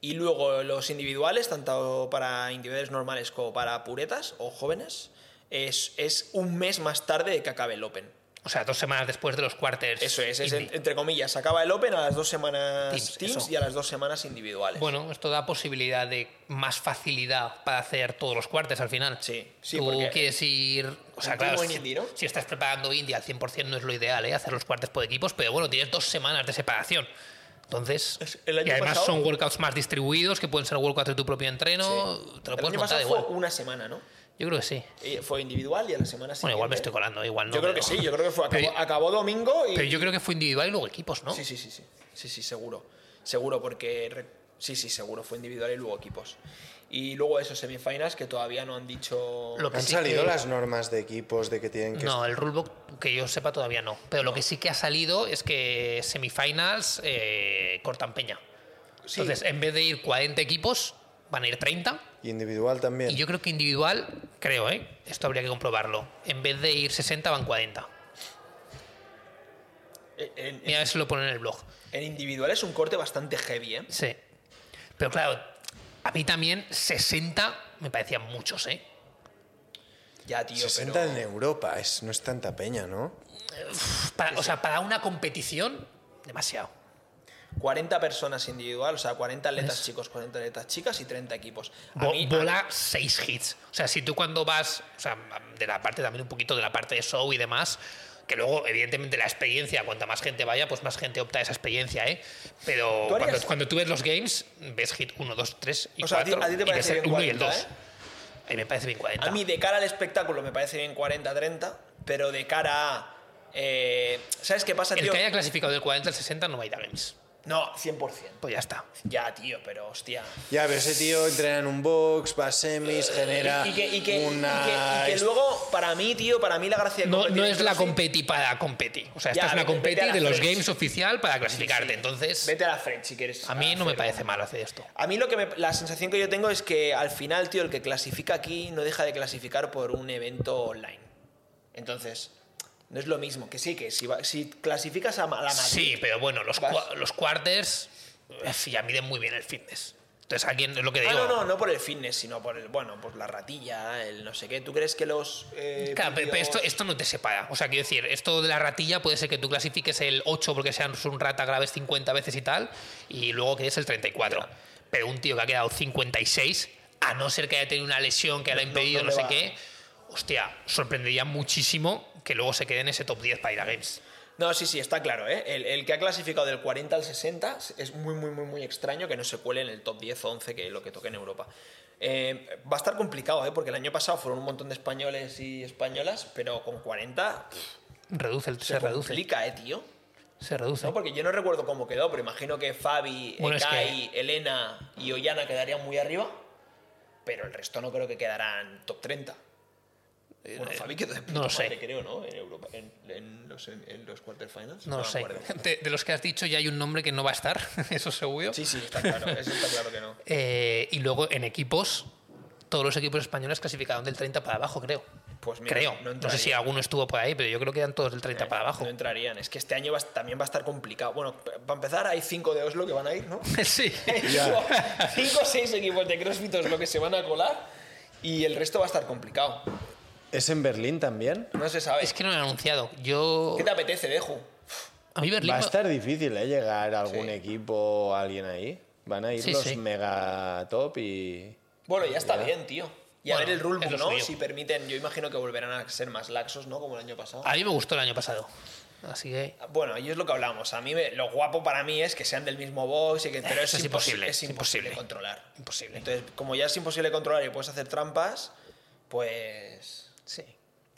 Y luego los individuales, tanto para individuales normales como para puretas o jóvenes, es, es un mes más tarde que acabe el Open. O sea, dos semanas después de los cuartos. Eso es, es indie. en- entre comillas, acaba el Open a las dos semanas Teams, teams, eso. y a las dos semanas individuales. Bueno, esto da posibilidad de más facilidad para hacer todos los cuartos al final. Sí, sí, Tú porque- quieres ir. O sea, Un claro, poco si, en indie, ¿no? si estás preparando India al 100% no es lo ideal, ¿eh? Hacer los cuartos por equipos, pero bueno, tienes dos semanas de separación. Entonces, Es- el año y además pasado- son workouts más distribuidos, que pueden ser workouts de tu propio entreno. Sí. Te lo El puedes año montar pasado fue igual. una semana, ¿no? Yo creo que sí. Eh, Fue individual y a la semana siguiente. Bueno, igual me estoy colando, igual no. Yo creo que pero- sí, yo creo que fue. Acabó, Pero- acabó domingo y. Pero yo creo que fue individual y luego equipos, ¿no? Sí, sí, sí, sí. Sí, sí, seguro. Seguro, porque. re- Sí, sí, seguro. Fue individual y luego equipos. Y luego esos semifinals que todavía no han dicho. Lo que ¿Han sí salido que- las normas de equipos de que tienen que No, el rulebook que yo sepa todavía no. Pero lo que sí que ha salido es que semifinals eh, cortan peña. Sí. Entonces, en vez de ir 40 equipos, van a ir 30. individual también? Y yo creo que individual, creo, ¿eh? Esto habría que comprobarlo. En vez de ir 60, van 40. En- En, Mira, a ver si lo ponen en el blog. en individual es un corte bastante heavy, ¿eh? Sí. Pero claro, a mí también 60 me parecían muchos, ¿eh? Ya, tío. 60 pero... en Europa, es, no es tanta peña, ¿no? Para- o sea, para una competición, demasiado. 40 personas individual, o sea, 40 atletas ¿Ves? chicos, 40 atletas chicas y 30 equipos. A Bo- mí- a- bola 6 hits. O sea, si tú cuando vas, o sea, de la parte también un poquito de la parte de show y demás, que luego, evidentemente, la experiencia, cuanta más gente vaya, pues más gente opta a esa experiencia, ¿eh? Pero ¿Tú harías- cuando, cuando tú ves los games, ves hit 1, 2, 3 y O sea, a ti- 4. a ti te y ves parece el bien 1 y el 2. 40, A mí me parece bien 40. A mí, de cara al espectáculo, me parece bien 40-30, pero de cara a. eh, ¿Sabes qué pasa, el tío? que haya clasificado del 40 al 60 no va a ir a games. No, 100%. Pues ya está. Ya, tío, pero hostia. Ya, pero ese tío entrena en un box, va a semis, genera Y que, y que- una... y que- y que luego, para mí, tío, para mí la gracia de No, competir no en es la CrossFit- competi para competi. O sea, esta Ya, es la vete- vete competi a la de los French. games oficial para clasificarte. Entonces, Vete a la French si quieres. a mí no me hacerlo. parece malo hacer esto. A mí lo que me- la sensación que yo tengo es que al final, tío, el que clasifica aquí no deja de clasificar por un evento online. Entonces, no es lo mismo. Que sí, que si, va- si clasificas a ma- a la Madrid, Sí, pero bueno, los, Vas. cua- los quarters eh, ya miden muy bien el fitness. Entonces, alguien es lo que Ah, digo. no, no, no por el fitness, sino por el, bueno, pues la ratilla, el no sé qué. ¿Tú crees que los. eh, Claro, pero- pero esto, vídeos- esto no te separa. O sea, quiero decir, esto de la ratilla puede ser que tú clasifiques el 8 porque sean pues, un rata graves 50 veces y tal, y luego que es el 34. Pero un tío que ha quedado 56, a no ser que haya tenido una lesión que le ha No, no, impedido no, no le sé va. qué, hostia, sorprendería muchísimo que luego se quede en ese top 10 para ir a Games. No, sí, sí, está claro, ¿eh? El, el que ha clasificado del 40 al 60 es muy, muy, muy, muy extraño que no se cuele en el top 10 o 11 que lo que toque en Europa. Eh, va a estar complicado, ¿eh? Porque el año pasado fueron un montón de españoles y españolas, pero con 40 pff, Reduce el, se, se, reduce. complica, ¿eh, tío? Se reduce. ¿No? Porque yo no recuerdo cómo quedó, pero imagino que Fabi, Bueno, es Ekai, Elena y Ollana quedarían muy arriba, pero el resto no creo que quedarán top 30. Bueno, Fabi quedó de puta Eh, no lo sé. madre, creo, ¿no? En, Europa, en, en los, en los quarterfinals. No lo me sé. acuerdo. De, de los que has dicho, ya hay un nombre que no va a estar, eso seguro. Sí, sí, está claro, eso está claro que no. Eh, y luego en equipos, todos los equipos españoles clasificaron del 30 para abajo, creo. Pues mira, creo. no No, sé entraría. Eh, si alguno estuvo por ahí, pero yo creo que eran todos del 30 para abajo. No entrarían, es que este año va a- también va a estar complicado. Bueno, para empezar, hay cinco de Oslo que van a ir, ¿no? sí. Ya. cinco o seis equipos de CrossFit Oslo que se van a colar y el resto va a estar complicado. ¿Es en Berlín también? No se sabe. Es que no lo han anunciado. Yo. ¿Qué te apetece, Deju? A mí Berlín. Va a no- estar difícil, ¿eh? Llegar a algún Sí. equipo o alguien ahí. Van a ir Sí, los sí. mega top y... Bueno, ya está bien, tío. Y a Bueno, ver el rulebook, es lo ¿no? suyo. Si permiten, yo imagino que volverán a ser más laxos, ¿no? Como el año pasado. A mí me gustó el año pasado. Así que. Bueno, y es lo que hablamos. A mí me- lo guapo para mí es que sean del mismo box y que, pero Eh, eso es es imposible, imposible, es es imposible imposible. controlar. Imposible. Entonces, como ya es imposible controlar y puedes hacer trampas, pues Sí.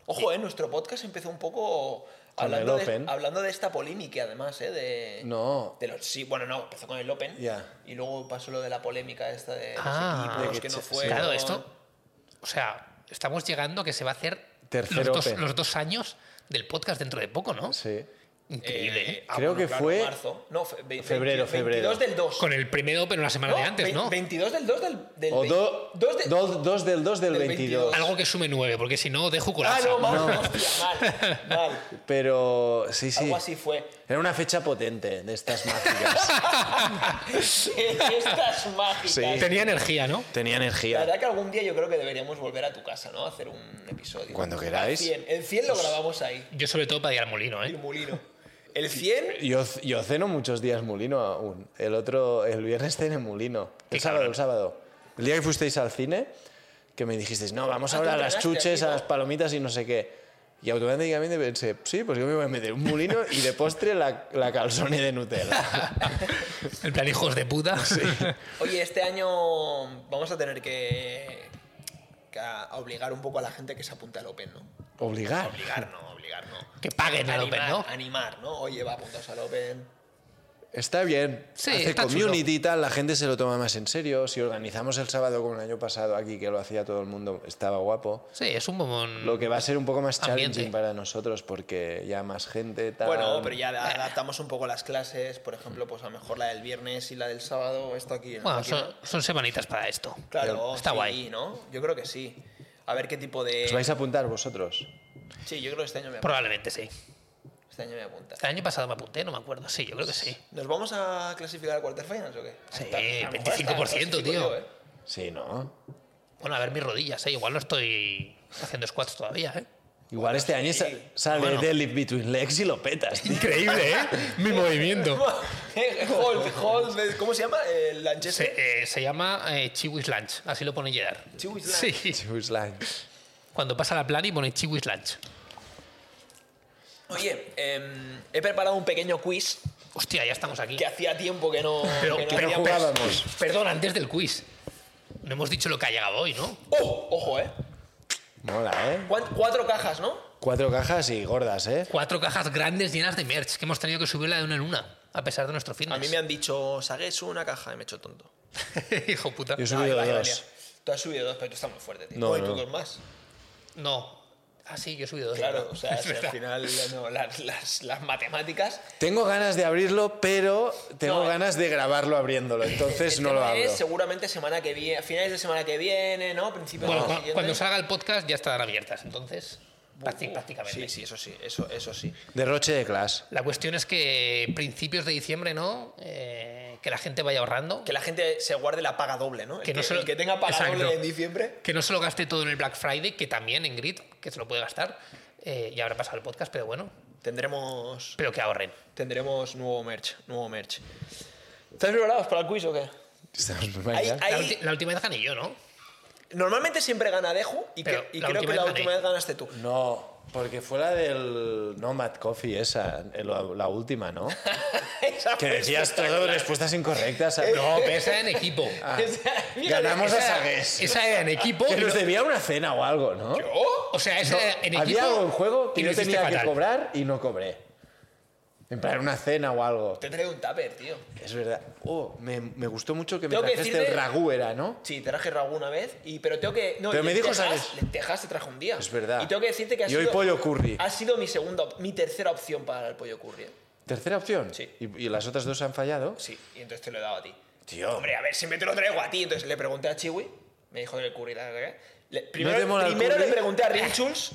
ojo, eh, nuestro podcast empezó un poco Con hablando, el Open. De, hablando de esta polémica, además, ¿eh? De, No. de los, sí, bueno, no, empezó con el Open Ya. y luego pasó lo de la polémica esta de los Ah. equipos De que que no se- fueron. Claro, esto. O sea, estamos llegando que se va a hacer Tercer los dos, Open. los dos años del podcast dentro de poco, ¿no? Sí. Increíble. ¿eh? ah, Creo que fue marzo. No, fe- ve- febrero, 22 febrero. del 2. Con el primer Open una semana de antes, ve- ¿no? 22 del 2 del, del O ve- do- dos de- do- dos del 2 del del 22. 22. Algo que sume nueve, porque si no, dejo Ah, colapsa. no, mal, hostia, mal, mal. Pero sí, sí. Algo así fue. Era una fecha potente de estas mágicas. Estas mágicas. Sí. Tenía energía, ¿no? Tenía La energía. verdad que algún día yo creo que deberíamos volver a tu casa, ¿no? A hacer un episodio. Cuando queráis. El 100, el 100 Pues- lo grabamos ahí, Yo sobre todo para ir al molino, el ¿eh? mulino. El 100, Yo, yo ceno muchos días mulino aún. El otro, el viernes cené mulino. Qué El sábado, cabrón. el sábado. El día que fuisteis al cine, que me dijisteis, no, vamos Ah, ahora a tú las cenaste chuches, aquí, a ¿no? las palomitas y no sé qué. Y automáticamente pensé, sí, pues yo me voy a meter un mulino y de postre la, la calzone de Nutella. El plan hijos de puta. oye, este año vamos a tener que, que a- a obligar un poco a la gente que se apunte al Open, ¿no? Obligar. Obligar, no, obligar, no. que paguen al Open, Animar, ¿no? Animar, ¿no? Oye, va, apuntaos al Open. Está bien. Sí, Hace está community chulo. y tal, la gente se lo toma más en serio. Si organizamos el sábado como el año pasado aquí, que lo hacía todo el mundo, estaba guapo. Sí, es un bombón. Lo que va a ser un poco más Ambiente. challenging para nosotros porque ya más gente tal. Bueno, pero ya da- adaptamos un poco las clases, por ejemplo, pues a lo mejor la del viernes y la del sábado, esto aquí. ¿no? Bueno, Aquí son, no. son semanitas para esto. Claro, Está sí, guay. Pues ¿no? Yo creo que sí. A ver qué tipo de. ¿Os vais a apuntar vosotros? Sí, yo creo que este año me apunta. Probablemente sí. Este año me apunta. El año pasado me apunté, no me acuerdo. Sí, yo creo que sí. ¿Nos vamos a clasificar a quarterfinals o qué? Sí, Está- a lo mejor 25%, está- tío. ¿eh? Sí, ¿no? Bueno, a ver mis rodillas, ¿eh? Igual no estoy haciendo squats todavía, ¿eh? Igual este año sa- sale Bueno. Deadlift Between Legs y lo petas, tío. Increíble, ¿eh? Mi movimiento. hold, hold, ¿Cómo se llama? El Lanchester. Se, eh, se llama eh, Chiwis Lunch, así lo pone Gerard. Chiwis Lunch. eh, Sí, Choose line. cuando pasa la plan y pone Chiwis Lunch. Oye, em, he preparado un pequeño quiz Hostia, ya estamos aquí. que hacía tiempo que no. Pero, que no pero hacía- jugábamos. Perdón, antes del quiz. No hemos dicho lo que ha llegado hoy, ¿no? ¡Oh! Ojo, ¿eh? Mola, ¿eh? Cuan- Cuatro cajas, ¿no? Cuatro cajas y gordas, ¿eh? Cuatro cajas grandes llenas de merch que hemos tenido que subirla de una en una, a pesar de nuestro fitness. A mí me han dicho, sagues una caja y me he hecho tonto. Hijo puta. Yo he Ay, subido vaya, dos. María. Tú has subido dos, pero tú estás muy fuerte, tío. No, Bueno, y no. tú dos más. No. Ah, sí, yo he subido dos. Claro, o sea, Es si al verdad. final no, las, las, las matemáticas. Tengo ganas de abrirlo, pero tengo No, eh. ganas de grabarlo abriéndolo, entonces El no lo tema abro. es seguramente semana que viene, finales de semana que viene, ¿no? Principios Bueno, de cu- siguiente. cuando salga el podcast ya estarán abiertas, entonces. prácti- Uh, prácticamente. Sí, sí, eso sí, eso, eso sí. Derroche de class. La cuestión es que principios de diciembre, ¿no? Eh, que la gente vaya ahorrando. Que la gente se guarde la paga doble, ¿no? El Que no se el lo- que tenga paga Exacto. doble en diciembre. Que no se lo gaste todo en el Black Friday, que también en Grid, que se lo puede gastar. Eh, ya habrá pasado el podcast, pero bueno. Tendremos, Pero que ahorren. tendremos nuevo merch, nuevo merch. ¿Estás preparados para el quiz o qué? Estamos muy mal, Ahí- ya. La, Ahí- ulti- la última vez gané yo, ¿no? Normalmente siempre gana Deju y, Pero que- y la creo última que vez la gané. última vez ganaste tú. No, porque fue la del Nomad Coffee esa, el- la última, ¿no? Esa Que fue decías todo espectacular. respuestas incorrectas. ¿sabes? No, pero esa era en equipo. Ah, Esa- mira, Ganamos a esa- Sagues. Esa era en equipo. Que y nos no- debía una cena o algo, ¿no? ¿Oh? o sea, esa era en equipo. Había algo en juego y que lo yo hiciste tenía que fatal. cobrar y no cobré. En plan, una cena o algo. Te traigo un tupper, tío. Es verdad. Oh, me, me gustó mucho que me Tengo que trajiste decirte- el ragú, era, ¿no? Sí, te traje ragú una vez, y, pero tengo que... No, Pero me dijo, lentejas- ¿sabes? Lentejas te traje un día. Es verdad. Y tengo que decirte que ha Y hoy sido... pollo curry. Ha sido mi segunda, op- mi tercera opción para el pollo curry. ¿eh? Tercera opción. Sí. ¿Y, y las otras dos han fallado? Sí, y entonces te lo he dado a ti. Tío. Hombre, a ver, siempre te lo traigo a ti. Entonces le pregunté a Chiwi, me dijo del curry, tal, tal, tal. Le- primero te mola el primero le curry? pregunté a Rinchuls.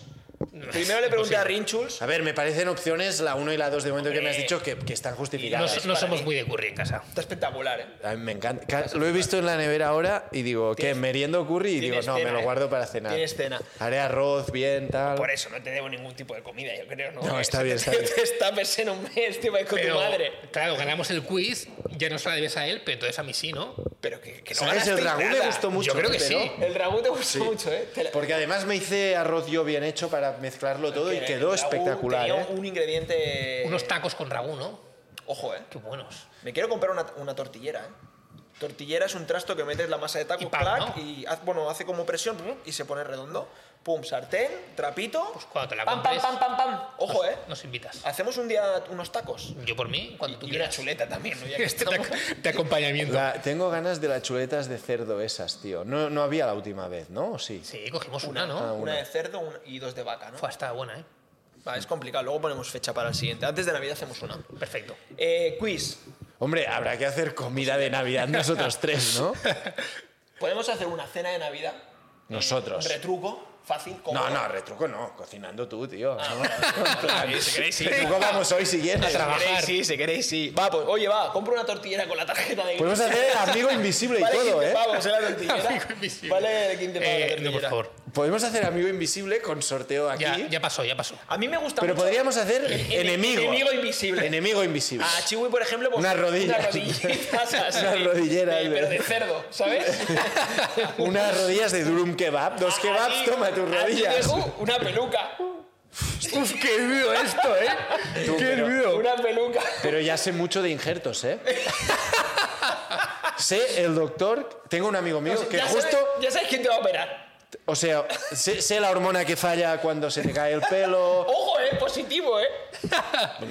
Primero le pregunté a Rinchuls. A ver, me parecen opciones la 1 y la 2 de momento que me has Hombre. dicho que, que están No, justificadas. Es no para somos mí. muy de curry en casa. Está espectacular, ¿eh? A mí me encanta. Ca- Lo he visto en la nevera ahora y digo, ¿qué? Tienes- Meriendo curry y digo, tienes no, me cena, lo ¿eh? guardo para cenar. Tienes cena. Haré arroz, bien, tal. Por eso no te debo ningún tipo de comida, yo creo, ¿no? No, está bien, está bien. Está en un mes, tío, con tu Pero, madre. Claro, ganamos el quiz, ya no se la debes a él, pero entonces a mí sí, ¿no? Pero que, que no ¿Sabes? El ganasteis dragón le nada. gustó mucho. creo que pero- sí. El ragú te gustó mucho, ¿eh? Te la- Porque además me hice arroz yo bien hecho para mezclarlo todo y que quedó el ragú espectacular. tenía ¿eh? un ingrediente. Unos tacos con ragú, ¿no? Ojo, ¿eh? Qué buenos. Me quiero comprar una, una tortillera, ¿eh? Tortillera es un trasto que metes la masa de tacos, Y pan, clac, ¿no? y haz- bueno, hace como presión ¡pum! y se pone redondo. Pum, sartén, trapito. Pues cuando te la pam, pam, compres- pam, pam, pam. Ojo, eh. Nos invitas. Hacemos un día unos tacos. Yo por mí, cuando tú Y una quieras. chuleta también, ¿no? Ya que Este de, estamos. ac- de acompañamiento. La- tengo ganas de las chuletas de cerdo esas, tío. No, no había la última vez, ¿no? ¿O sí? Sí, cogimos una, ¿no? Una de cerdo una- y dos de vaca, ¿no? Fue hasta buena, ¿eh? Va, es complicado, luego ponemos fecha para el siguiente. Antes de Navidad hacemos una. Perfecto. Eh, quiz. Hombre, habrá que hacer comida de Navidad nosotros tres, ¿no? Podemos hacer una cena de Navidad. Nosotros. Retruco, fácil, cómodo. No, no, retruco no. Cocinando tú, tío. Sí, si queréis, Ah, sí. Retruco vamos hoy si quieres. Si queréis, trabajar. sí, si queréis, sí. Va, pues, oye, va, compra una tortillera con la tarjeta de Podemos hacer el amigo invisible y Vale todo, 15 ¿eh? pavos, eh, la Amigo tortillera. invisible. Vale 15 pavos la Eh, tortillera. no, por favor. Podemos hacer amigo invisible con sorteo aquí. Ya, ya pasó, ya pasó. A mí me gusta Pero mucho podríamos hacer el- el- enemigo. Enemigo invisible. Enemigo invisible. A Chiwi, por ejemplo, pues, Unas rodillas. Unas rodillitas así. Unas rodilleras, De- Eh, pero de ¿verdad? cerdo, ¿sabes? Unas rodillas de durum kebab. Dos kebabs, Ah, Aquí- Pues toma tus aquí rodillas. tengo una peluca. Uf, qué ruido esto, ¿eh? qué ruido. Una peluca. Pero ya sé mucho de injertos, ¿eh? sé el doctor. Tengo un amigo mío que ya justo. Sabes, ya sabes quién te va a operar. O sea, sé, sé la hormona que falla cuando se te cae el pelo. Ojo, eh, positivo, eh.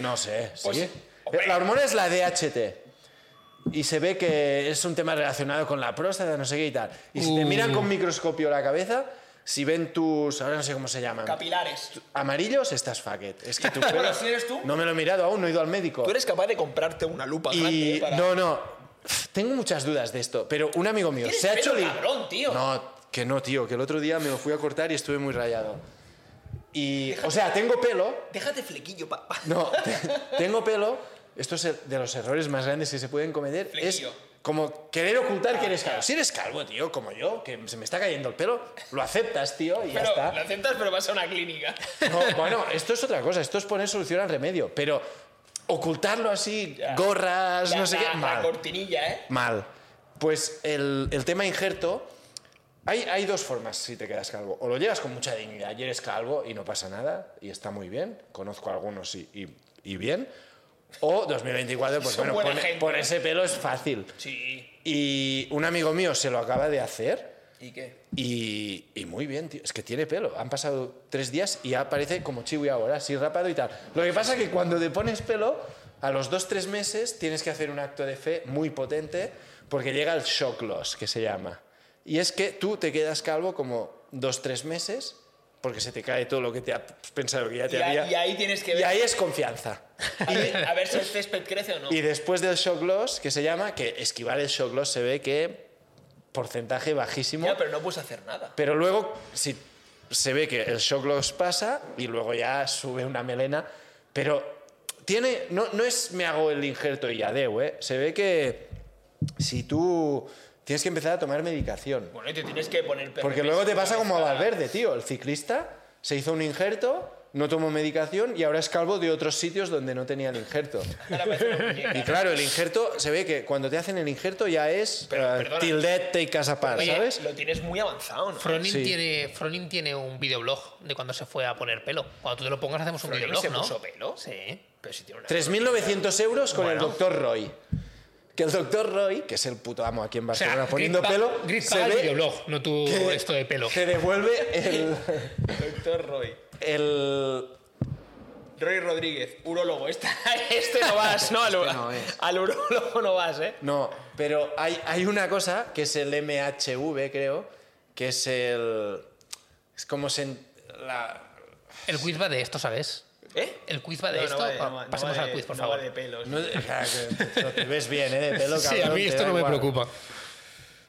No sé, sí. Pues, hombre. la hormona es la DHT. Y se ve que es un tema relacionado con la próstata, no sé qué y tal. Y si te Uh. miran con microscopio la cabeza, si ven tus. Ahora no sé cómo se llaman. Capilares. Amarillos, estás fucked. Es que tú. Bueno, si eres tú. No me lo he mirado aún, no he ido al médico. Tú eres capaz de comprarte una lupa grande Y eh, para... no, no. Tengo muchas dudas de esto, pero un amigo mío Tienes se ha hecho pelo li- cabrón, tío. No, que no, tío, que el otro día me lo fui a cortar y estuve muy rayado. Y o sea, tengo pelo, Déjate flequillo, papá. no, te- tengo pelo. Esto es el- de los errores más grandes que se pueden cometer. Flequillo. Ah, Es como querer ocultar que eres calvo. Si eres calvo, tío, como yo, que se me está cayendo el pelo, lo aceptas, tío, y ya Pero está. lo aceptas, pero vas a una clínica. No, bueno, esto es otra cosa, esto es poner solución al remedio, pero ocultarlo así, Ya. gorras, La- Pues no sé la- qué, La mal. cortinilla, eh. Mal. Pues el, el tema injerto, hay, hay dos formas si te quedas calvo. O lo llevas con mucha dignidad y eres calvo y no pasa nada y está muy bien. Conozco a algunos y, y- y bien. O 2024, pues Son bueno, buena pone- gente. por ese pelo es fácil. Sí. Y un amigo mío se lo acaba de hacer ¿Y qué? y, y muy bien, tío. Es que tiene pelo. Han pasado tres días y ya parece como chiwi ahora, así rapado y tal. Lo que pasa que cuando te pones pelo, a los dos, tres meses tienes que hacer un acto de fe muy potente porque llega el shock loss, que se llama. Y es que tú te quedas calvo como dos, tres meses porque se te cae todo lo que te ha pensado que ya te Y, había. a- y ahí tienes que Y ver ahí es confianza. a, ver, a ver si el césped crece o no. Y después del shock loss, que se llama, que esquivar el shock loss se ve que porcentaje bajísimo. Ya, pero no puedes hacer nada. Pero luego si se ve que el shock los pasa y luego ya sube una melena. Pero tiene. No, no es me hago el injerto y ya deu, ¿eh? Se ve que si tú tienes que empezar a tomar medicación. Bueno, y te tienes que poner perro Porque en luego esa te pasa como a cabeza. Valverde, tío. El ciclista se hizo un injerto, no tomó medicación y ahora es calvo de otros sitios donde no tenía el injerto. Ahora parece una muñeca. Y claro, el injerto se ve que cuando te hacen el injerto ya es Pero, eh, perdona. tildet take us apart, Oye, ¿sabes? Lo tienes muy avanzado, ¿no? Fronin, Sí. tiene, Fronin tiene un videoblog de cuando se fue a poner pelo. Cuando tú te lo pongas, hacemos un Fronin videoblog, se ¿no? puso pelo. Sí. Pero si tiene una... 3.900 euros con el Bueno. doctor Roy. Que el doctor Roy, que es el puto amo aquí en O sea, Barcelona poniendo Grit pa- pelo, Grit se paga el ve videoblog, no tú esto de pelo. que devuelve el, Doctor Roy. el- Roy Rodríguez, urólogo. Esta- este no vas, ¿no? Al, no es. al urólogo no vas, ¿eh? No, pero hay, hay una cosa que es el MHV, creo, que es el... Es como se... la- El quiz va de esto, ¿sabes? ¿Eh? El quiz va de esto. va de- Pa- va- Pasemos va al de- quiz, por no favor. va de pelos. no- claro que- no te ves bien, ¿eh? De pelo, sí, a cabrón, mí te esto da no me igual. preocupa.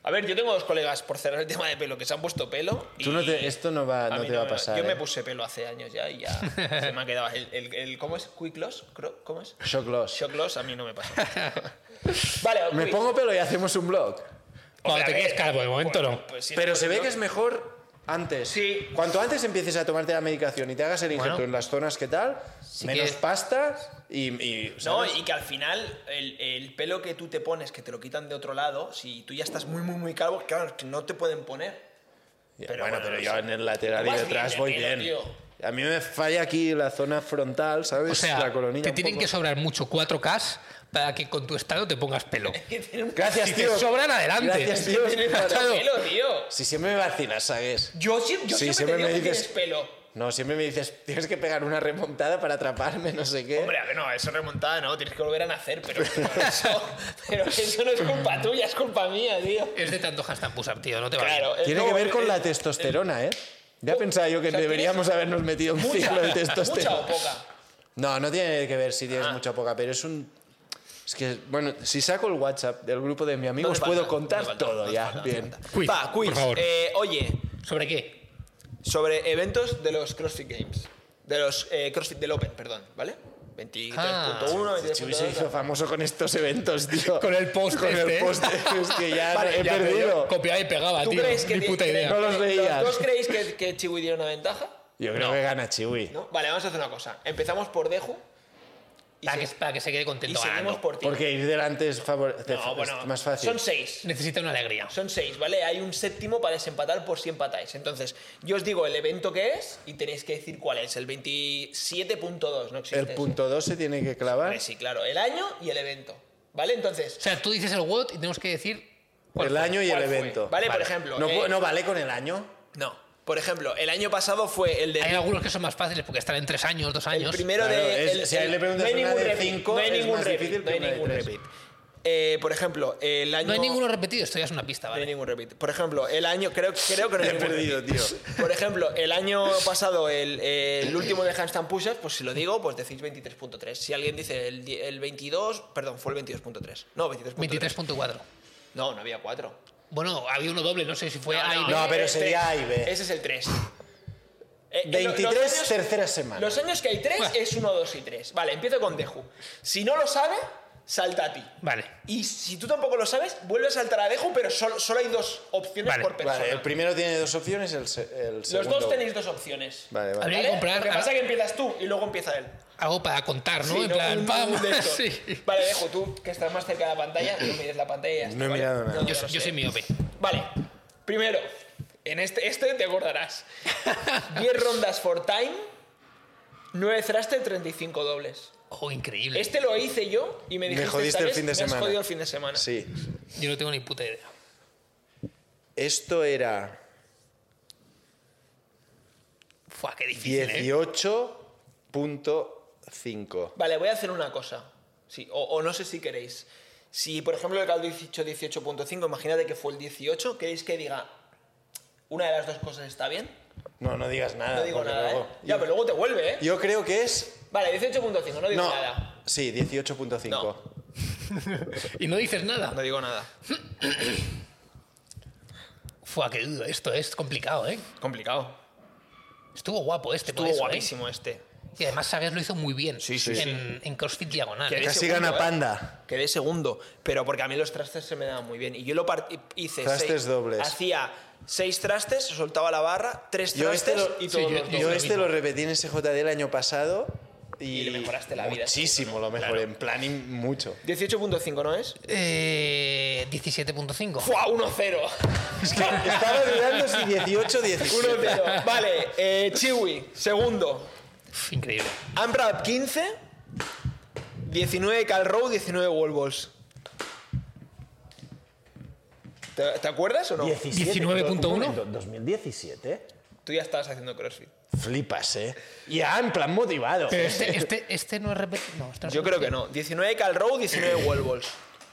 A ver, yo tengo dos colegas, por cerrar el tema de pelo, que se han puesto pelo. y- Tú no te- esto no va- no mí te va a me pasar, Yo ¿eh? me puse pelo hace años ya y ya se me ha quedado. El, el- el- ¿Cómo es? ¿Quick loss? Cro- ¿Cómo es? Shock loss. Shock loss a mí no me pasa. vale, al Me quiz. pongo pelo y hacemos un blog. Cuando Hombre, te a ver, quedes calvo, de momento eh, pues- no. pues sí, Pero se ve ¿no? que es mejor antes. Sí. Cuanto antes empieces a tomarte la medicación y te hagas el injerto Bueno. en las zonas que tal, menos que- pasta y. y, No, ¿sabes? y que al final el, el pelo que tú te pones, que te lo quitan de otro lado, si tú ya estás muy, muy, muy calvo, claro, es que no te pueden poner. Ya, pero bueno, bueno, pero no yo sé. en el lateral Tú y vas detrás bien de voy pelo, bien. tío. A mí me falla aquí la zona frontal, ¿sabes? pues, O sea, la colonilla. te un tienen poco. que sobrar mucho 4Ks para que con tu estado te pongas pelo. Gracias, Si te tío. sobran, adelante. Gracias, tío. Claro. Pelo, tío. Si siempre me vacinas, ¿sabes? Yo, sie- yo Sí, siempre, siempre te digo me que dices- tienes pelo. No, siempre me dices, tienes que pegar una remontada para atraparme, no sé qué. Hombre, a ver, no, eso remontada no, tienes que volver a nacer, pero, pero eso, pero eso no es culpa tuya, es culpa mía, tío. Es de tanto hashtag push-up, tío, no te va Claro. eh, Tiene no, que ver eh, con eh, la testosterona, ¿eh? Ya pensaba yo que o sea, deberíamos habernos metido un mucha, ciclo de mucha o testosterona. poca. No, no tiene que ver si tienes Ah. mucha o poca, pero es un... Es que, bueno, si saco el WhatsApp del grupo de mi amigo, No te os falta, puedo no te contar falta, todo no te ya. falta, no te Bien. falta. Quiz, Va, quiz. por favor. Eh, oye, ¿Sobre qué? sobre eventos de los CrossFit Games. De los eh, CrossFit del Open, perdón, ¿vale? 23.1, Ah. Chuy se 23.2. hizo famoso con estos eventos, tío. Con el post Con este. el post. Es que ya Vale, he ya, pero perdido. Copiaba y pegaba, ¿Tú Ah, tío. crees que Ni tie- puta idea. No los veía. ¿Los dos creéis que, que Chiwi tiene una ventaja? Yo creo que gana Chiwi. ¿No? Vale, vamos a hacer una cosa. Empezamos por Deju y, Para que, se- para que se quede y contento seguimos ganando. por ti. Porque ir delante es, favor- te- No, es bueno, más fácil. Son seis. Necesita una alegría. Son seis, ¿vale? Hay un séptimo para desempatar por si empatáis. Entonces, yo os digo el evento que es y tenéis que decir cuál es. El 27.2, ¿no existe? el eso. punto 2 se tiene que clavar. Vale, sí, claro. El año y el evento. ¿Vale? O Entonces. sea, tú dices el WOT y tenemos que decir. cuál El fue. año y el ¿cuál fue? evento. Vale, por ejemplo, No, eh, pu- no vale con el año. No. Por ejemplo, el año pasado fue el de. Hay algunos que son más fáciles porque están en tres años, dos El años. primero Claro, de. es- el- si a él el- le preguntas no hay una ningún de repeat, cinco, no hay es ningún más repeat, difícil no que hay una de ningún tres. repeat. Eh, por ejemplo, el año. No hay ninguno repetido, esto ya es una pista, No hay ¿vale? ningún repeat. Por ejemplo, el año. Creo, creo que no hay He ningún perdido, repeat. tío. Por ejemplo, el año pasado, el, el último de handstand push-ups, pues si lo digo, pues decís 23.3. Si alguien dice el, die- el 22, perdón, fue el 22.3. No, 23.3. 23.4. No, no había 4. Bueno, había uno doble, no sé si fue A y no, B. no, pero es sería tres. Eh, A y B. Ese es el 3. 23, tercera semana. Los años que hay 3 Bueno. es 1, 2 y 3. Vale, empiezo con Deju. Si no lo sabe, salta a ti. Vale. Y si tú tampoco lo sabes, vuelve a saltar a Deju, pero solo, solo hay dos opciones Vale, por persona. Vale, el primero tiene dos opciones, el, se- el Los segundo. dos tenéis dos opciones. Vale, vale. Habría que ¿Vale? comprar Lo que a- pasa es que empiezas tú y luego empieza él. Algo para contar, ¿no? Sí, en plan, un- pam, un de esto. sí. Vale, dejo tú, que estás más cerca de la pantalla, no mires la pantalla. y ya está, No he ¿vale? mirado nada. No, Yo, ya lo yo sé. soy miope. Vale, primero, en este, este te acordarás. 10 rondas for time, 9 thrusters, 35 dobles. Oh, increíble. Este lo hice yo y me dijiste, me jodiste el "¿Sabes? fin de me semana. Has jodido el fin de semana. Sí. Yo no tengo ni puta idea. Esto era Fua, qué difícil, ¿eh? 18.5. Vale, voy a hacer una cosa. Sí, o, o no sé si queréis. Si, por ejemplo, el caldo dicho 18.5, imagínate que fue el 18, ¿queréis que diga una de las dos cosas está bien? No, no digas nada. No digo Ah, porque nada, ¿eh? luego- Ya, pero luego te vuelve, ¿eh? Yo creo que es. Vale, 18.5, no digo No. nada. Sí, 18.5. Y no dices nada. No digo nada. Fua, qué duda. Esto es complicado, ¿eh? Complicado. Estuvo guapo este. por Estuvo eso, ¿eh? guapísimo este. Y además Sagas lo hizo muy bien. Sí, sí, en, en CrossFit Diagonal. Que ¿eh? de Casi segundo, gana ¿eh? Panda. Quedé segundo, pero porque a mí los trastes se me daban muy bien. Y yo lo part- hice. Trastes seis- dobles. Hacía seis trastes, soltaba la barra, tres Yo este trastes lo- y sí, todos yo- los yo- Yo lo este mismo. lo repetí en SJD el año pasado y, Y le mejoraste la vida, Muchísimo, lo mejoré. En planning, mucho. 18.5, ¿no es? Eh, 17.5. ¡Fua! 1-0. Estaba dudando si 18 o 17. 1-0. Vale, eh, Chiwi, segundo. Uf, Increíble. Amrap 15, 19 Cal Row, 19 Wall Balls. ¿Te, te acuerdas o no? 19.1. Un momento, 2017. Tú ya estabas haciendo CrossFit. Flipas, ¿eh? Ya, en plan motivado. Pero este, este, este no es repetido. No, este no es Yo creo que repetido. no. 19 Cal Row, 19 Wall Balls.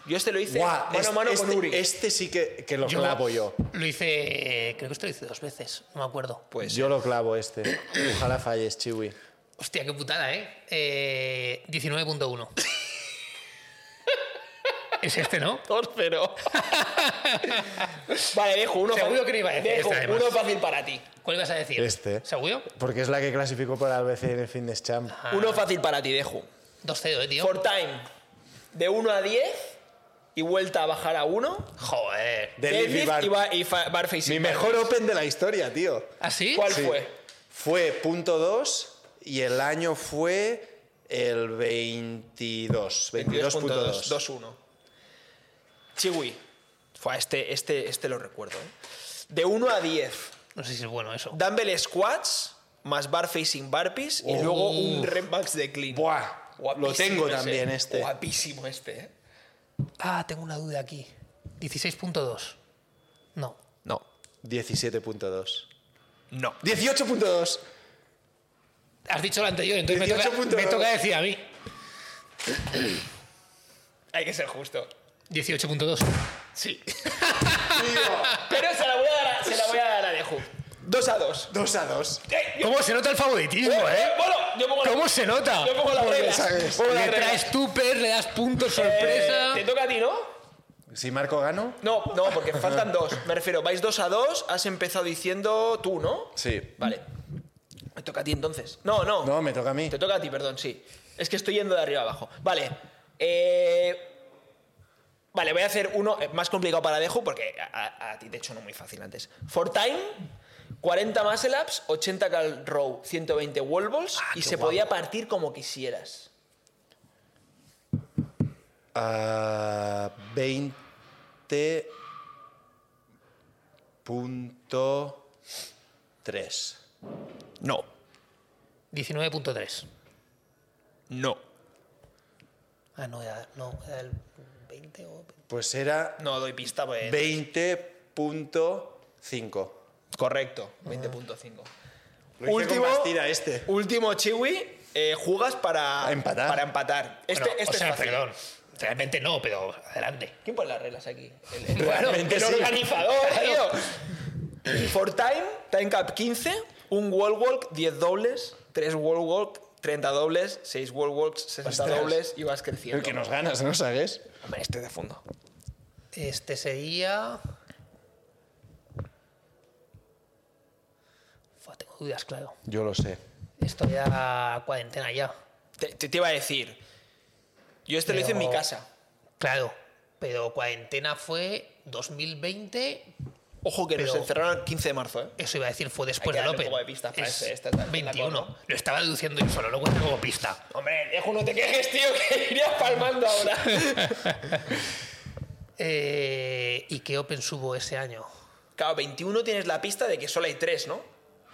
Yo este lo hice Guau, mano a este, mano con este- Uri. este sí que, que lo clavo yo. Lo hice. eh, creo que esto lo hice dos veces. No me acuerdo. Pues yo lo clavo este. Ojalá falles, Chiwi. Hostia, qué putada, ¿eh? eh 19.1. es este, ¿no? pero. vale, dejo uno Seguro que no iba a decir Dejo esta, además. uno fácil para ti. ¿Cuál ibas a decir? Este. ¿Seguro? Porque es la que clasificó para el BCN Fitness Champ. Ah. Uno fácil para ti, dejo. 2-0, ¿eh, tío? For time. De 1 a 10 y vuelta a bajar a 1. Joder. De Leafy Bar. y, ba- y fa- bar facing. Mi mejor Open de la historia, tío. ¿Ah, sí? ¿Cuál Sí. fue? Fue punto 2 y el año fue el 22. 22.2. 22.2. Chiwi. Fua, este, este, este lo recuerdo. ¿eh? De 1 a 10. No sé si es bueno eso. Dumbbell squats más bar facing barpees y luego un rep max de clean. Buah, lo tengo ese. también este. Guapísimo este, ¿eh? Ah, tengo una duda aquí. 16.2. No. No. 17.2. No. 18.2. Has dicho lo anterior, entonces me toca, 18.2. me toca decir a mí. Hay que ser justo. 18.2. Sí. Pero se la voy a dar a, se la voy a, dar a Deju. Dos a dos. 2 a 2. Eh, yo- ¿Cómo se nota el favoritismo, eh? Bueno, yo pongo la, ¿Cómo se nota? yo pongo la regla. sabes. Pongo la Le regla. traes tupper, le das puntos Eh, sorpresa. Te toca a ti, ¿no? Si marco gano. No, no, porque faltan dos. Me refiero, vais dos a dos, has empezado diciendo tú, ¿no? Sí. Vale. Me toca a ti entonces. No, no. No, me toca a mí. Te toca a ti, perdón, sí. Es que estoy yendo de arriba abajo. Vale. eh, Vale, voy a hacer uno eh, más complicado para Dejo porque a, a- a ti te he hecho uno muy fácil antes. For Time, 40 muscle ups, 80 cal row, 120 wall balls y qué se guapo. podía partir como quisieras. Ah, 20 punto 3. No, 19.3. no. Ah, no, era, no, era el 20 o... Pues era No doy pista, pues. 20.5. Correcto, 20.5. Lo hice Último- con Bastida este. Último chiwi, eh, jugas para A empatar. Para empatar. Este, Bueno, este o sea, es fácil. perdón. Realmente no, pero adelante. ¿Quién pone las reglas aquí? El, el- Realmente el sí. organizador, tío. For time, time cap 15, un wall walk, 10 dobles, 3 wall walk, 30 dobles, 6 wall walks, 60 Ostras. dobles y vas creciendo. El que nos ganas, ¿no sabes? Hombre, este de fondo. Este sería... Fua, tengo dudas, claro. Yo lo sé. Esto ya cuarentena ya. Te, te- te iba a decir. Yo este lo hice en mi Pero- casa. Claro, pero cuarentena fue 2020. Ojo que nos Pero- encerraron el 15 de marzo, ¿eh? Eso iba a decir, fue Hay después que del darle un Open. poco de pistas para Es este, esta- esta- esta 21. cosa. Lo estaba deduciendo yo solo, lo cuento como pista. Hombre, Dejo, no te quejes, tío, que irías palmando ahora. Eh, ¿Y qué Open subo ese año? Claro, 21 tienes la pista de que solo hay 3, ¿no?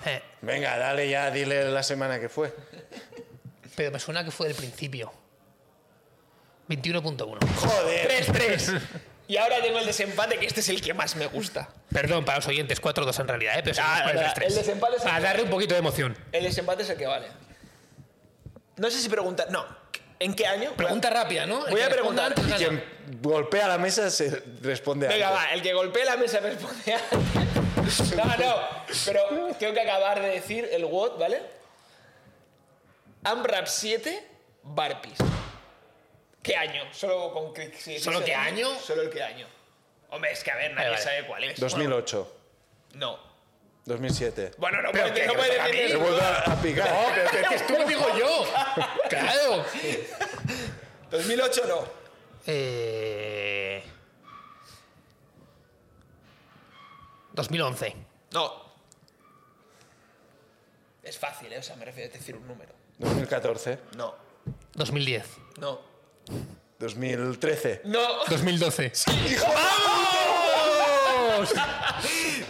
Eh, Venga, dale ya, dile la semana que fue. pero me suena que fue del principio. 21.1. Joder. 3-3. Y ahora tengo el desempate, que este es el que más me gusta. Perdón para los oyentes, 4-2 en realidad, ¿eh? pero seguimos Ah, con el verdad, 3-3. el desempate es el- Para darle un poquito de emoción. El desempate es el que vale. No sé si preguntar. No. ¿En qué año? Pregunta rápida, ¿no? El Voy que a responda preguntar. antes gana. Quien golpea la mesa se responde Venga, algo. va, el que golpee la mesa responde a- No, no. Pero tengo que acabar de decir el WOT, ¿vale? AMRAP 7, Barpis. ¿Qué año? Solo con clic. sí, sí, ¿Solo sí. qué año? Solo el qué año. Hombre, es que a ver, nadie Vale, vale. sabe cuál es. 2008, No. 2007. Bueno, no Pero puede, que- no que puede me toca a decir Se mí. ninguno. vuelve a a picar. No, pero que- que esto lo digo yo. Claro. 2008 no. Eh... 2011. No. Es fácil, ¿eh? O sea, me refiero a decir un número. 2014, No. 2010. No. 2013. No. 2012.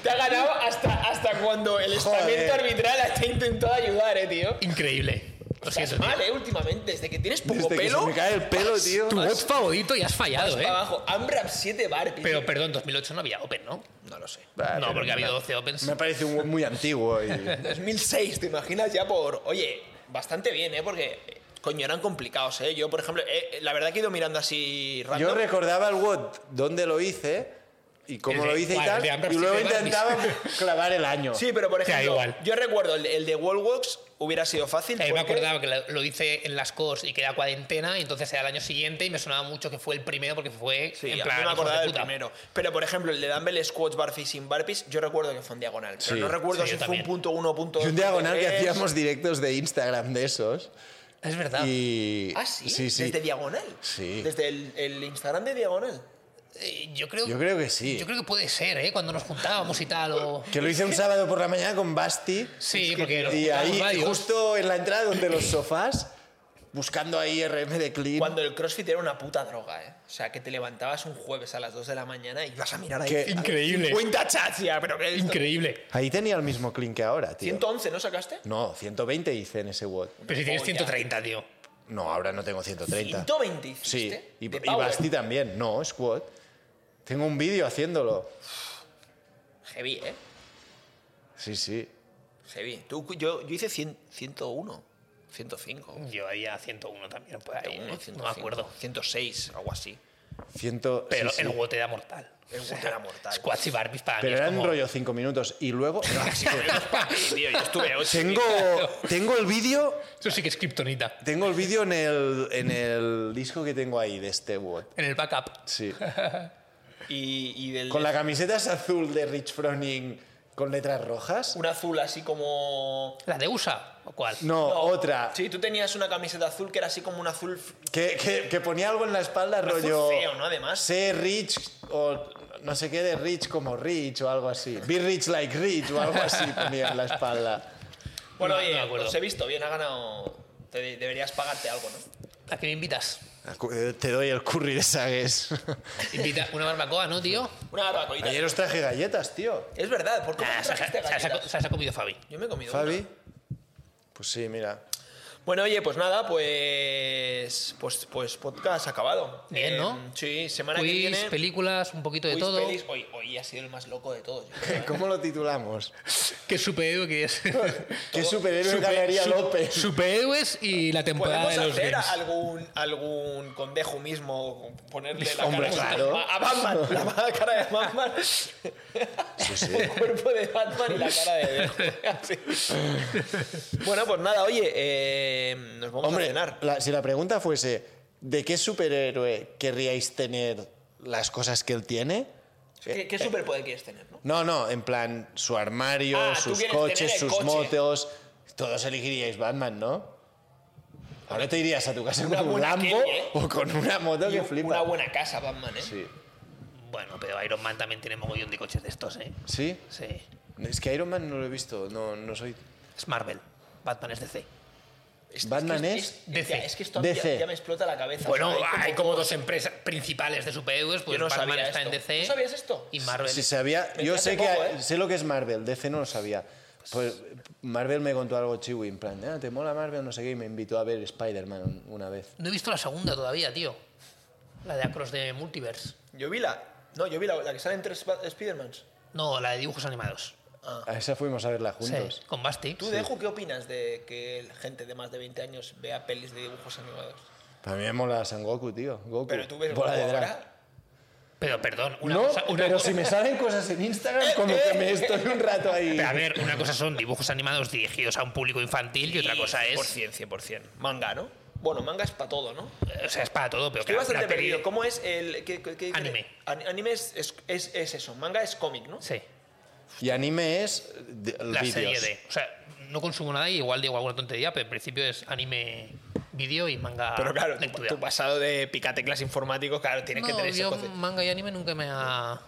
Te ha ganado hasta, hasta cuando el estamento arbitral te ha intentado ayudar, eh, tío. Increíble. Lo siento, Estás tío. mal, eh, últimamente. Desde que tienes poco Desde que pelo. se me cae el pelo, tío. Tu voz favorito y has fallado, ¿eh? para abajo. Amrap 7 Barpis. Pero perdón, 2008 no había Open, ¿no? No lo sé. Vale, no, porque ha habido vale. 12 Opens. Eh, Me parece un web muy antiguo. Y... 2006, ¿te imaginas ya por.? Oye, bastante bien, ¿eh? Porque. eh, Coño, eran complicados, ¿eh? Yo, por ejemplo, eh, eh, la verdad que he ido mirando así random. Yo recordaba el WOT, dónde lo hice y cómo El de- lo hice y vale, el tal. de Amber Y luego Sister intentaba clavar el año. Sí, pero por Te da ejemplo, igual. yo recuerdo el, el de Wall Walks hubiera sido fácil. Eh, me porque- acordaba que lo- lo hice en las COS y que era cuarentena, y entonces era el año siguiente y me sonaba mucho que fue el primero porque fue Sí, en a mí plan. me hijos acordaba de del puta. primero. Pero por ejemplo, el de Dumbbell Squats Barfis sin Barpis, yo recuerdo que fue en diagonal. Pero Sí. no recuerdo Sí, si yo fue un también. punto uno, punto Y un dos, diagonal que punto tres. hacíamos directos de Instagram de esos. Es verdad. Y... Ah, sí, Sí, sí. desde diagonal. Sí. Desde el, el Instagram de diagonal. Eh, Yo creo, Yo creo que sí. yo creo que puede ser, ¿eh? Cuando nos juntábamos y tal. O... Que lo hice un sábado por la mañana con Basti. Sí, porque nos Y juntábamos ahí, varios. justo en la entrada donde los sofás, buscando ahí RM de clean. Cuando el CrossFit era una puta droga, ¿eh? O sea, que te levantabas un jueves a las 2 de la mañana y ibas a mirar ahí. Que- Increíble. 50 chats ya, pero ¿qué es esto? Increíble. Ahí tenía el mismo clean que ahora, tío. 111, ¿no sacaste? No, 120 hice en ese WOD. Pero si tienes Polla. 130, tío. No, ahora no tengo 130. 120 Sí, hiciste. y, de y power. Basti también. No, squat. Tengo un vídeo haciéndolo. Heavy, ¿eh? Sí, sí. Heavy. Tú, yo, yo hice 100, 101, 105. Yo haría 101 también, por ahí. 101, ¿eh? 105, No me acuerdo. 106, algo así. Ciento, Pero sí, sí. el WOT era mortal. El WOT era mortal. Squats y Barbies para Pero mí. es eran como- rollo 5 minutos. Y luego. Tío, yo estuve 8. tengo, tengo el vídeo. Eso sí que es kriptonita. Tengo el vídeo en el, en el disco que tengo ahí de este WOD. En el backup. Sí. Y, y del. Con la camiseta es azul de Rich Froning con letras rojas. Un azul así como. ¿La de USA? ¿O cuál? No, otra. Sí, tú tenías una camiseta azul que era así como un azul. f- Que, que- que ponía algo en la espalda, azul rollo. feo, ¿no? Además. Sé rich o no sé qué de rich como rich o algo así. Be rich like rich o algo así ponía en la espalda. Bueno, No, no oye, me acuerdo. los he visto bien, ha ganado. Te de- deberías pagarte algo, ¿no? ¿A qué me invitas? eh, Te doy el curry de Sagues. Invita una barbacoa, ¿no, tío? Una barbacoita. Ayer os traje galletas, tío. Es verdad, ¿por qué Ah, me se, ha- trajiste se ha- se ha- galletas? se las ha comido Fabi. Yo me he comido una. Fabi. Pues sí, mira. Bueno, oye, pues nada, pues pues pues podcast acabado. Bien, Eh, ¿no? sí, semana que Quiz, viene. películas, un poquito de quiz, todo. pelis. Hoy, hoy ha sido el más loco de todos. yo creo, ¿eh? ¿Cómo lo titulamos? ¿Qué superhéroe que es? ¿Qué superhéroe Super- ganaría su- López? Superhéroes y la temporada Podemos de los hacer games. algún algún condejo mismo, ponerle la Hombre, cara claro. a Batman, la cara de Batman, el cuerpo de Batman y la cara de Dejo. Así. Bueno, pues nada, oye, eh, nos vamos a Hombre, cenar. la- si la pregunta fuese, ¿de qué superhéroe querríais tener las cosas que él tiene? ¿Qué, qué superpoder quieres tener, no? No, no, en plan, su armario, Ah, tú sus quieres tener coches, el sus coche. motos. Todos elegiríais Batman, ¿no? Ahora te irías a tu casa Una con un buena Lambo Kelly, ¿eh? o con una moto Y que flipa. Una buena casa, Batman, ¿eh? Sí. Bueno, pero Iron Man también tiene mogollón de coches de estos, ¿eh? ¿Sí? Sí. Es que Iron Man no lo he visto, no, no soy. Es Marvel. Batman es DC. Batman que es ya, DC. es que esto a mí ya- DC. Ya, me explota la cabeza. Bueno, O sea, hay como dos empresas principales de superhéroes, pues Yo no Batman sabía está en esto. DC. ¿Tú sabías esto? Y Marvel. Si sabía, Me yo hace sé que poco, ¿eh? sé lo que es Marvel, DC no lo sabía. Pues Marvel me contó algo chiwi, en plan, "Ah, ¿te mola Marvel? No sé qué, y me invitó a ver Spider-Man un- una vez. No he visto la segunda todavía, tío. La de Across the Multiverse. Yo vi la. No, yo vi la, la que sale entre Sp- Spidermans. No, la de dibujos animados. Ah. A esa fuimos a verla Sí, juntos. con Basti. ¿Tú, Dejo, qué opinas de que la gente de más de 20 años vea pelis de dibujos animados? Para mí me mola San Goku, tío. Goku. Pero tú ves Uh, bola Goku de drag. ahora. Pero perdón, una No, cosa. una pero cosa- si me salen cosas en Instagram, como que me estoy un rato ahí. Pero a ver, una cosa son dibujos animados dirigidos a un público infantil y otra cosa es. 100%, 100%. Manga, ¿no? Bueno, manga es para todo, ¿no? O sea, es para todo, pero Estoy claro, bastante una peli- perdido. ¿Cómo es el. qué- qué- qué- Anime. An- anime es, es, es- es eso. Manga es cómic, ¿no? Sí, Y anime es de- la serie vídeos. de. O sea, no consumo nada y igual digo alguna tontería, pero en principio es anime, vídeo y manga. Pero claro, tu, Ah, lectura. tu pasado de picateclas informáticos, claro, tienes que No, tener ese yo concepto. manga y anime nunca me ha.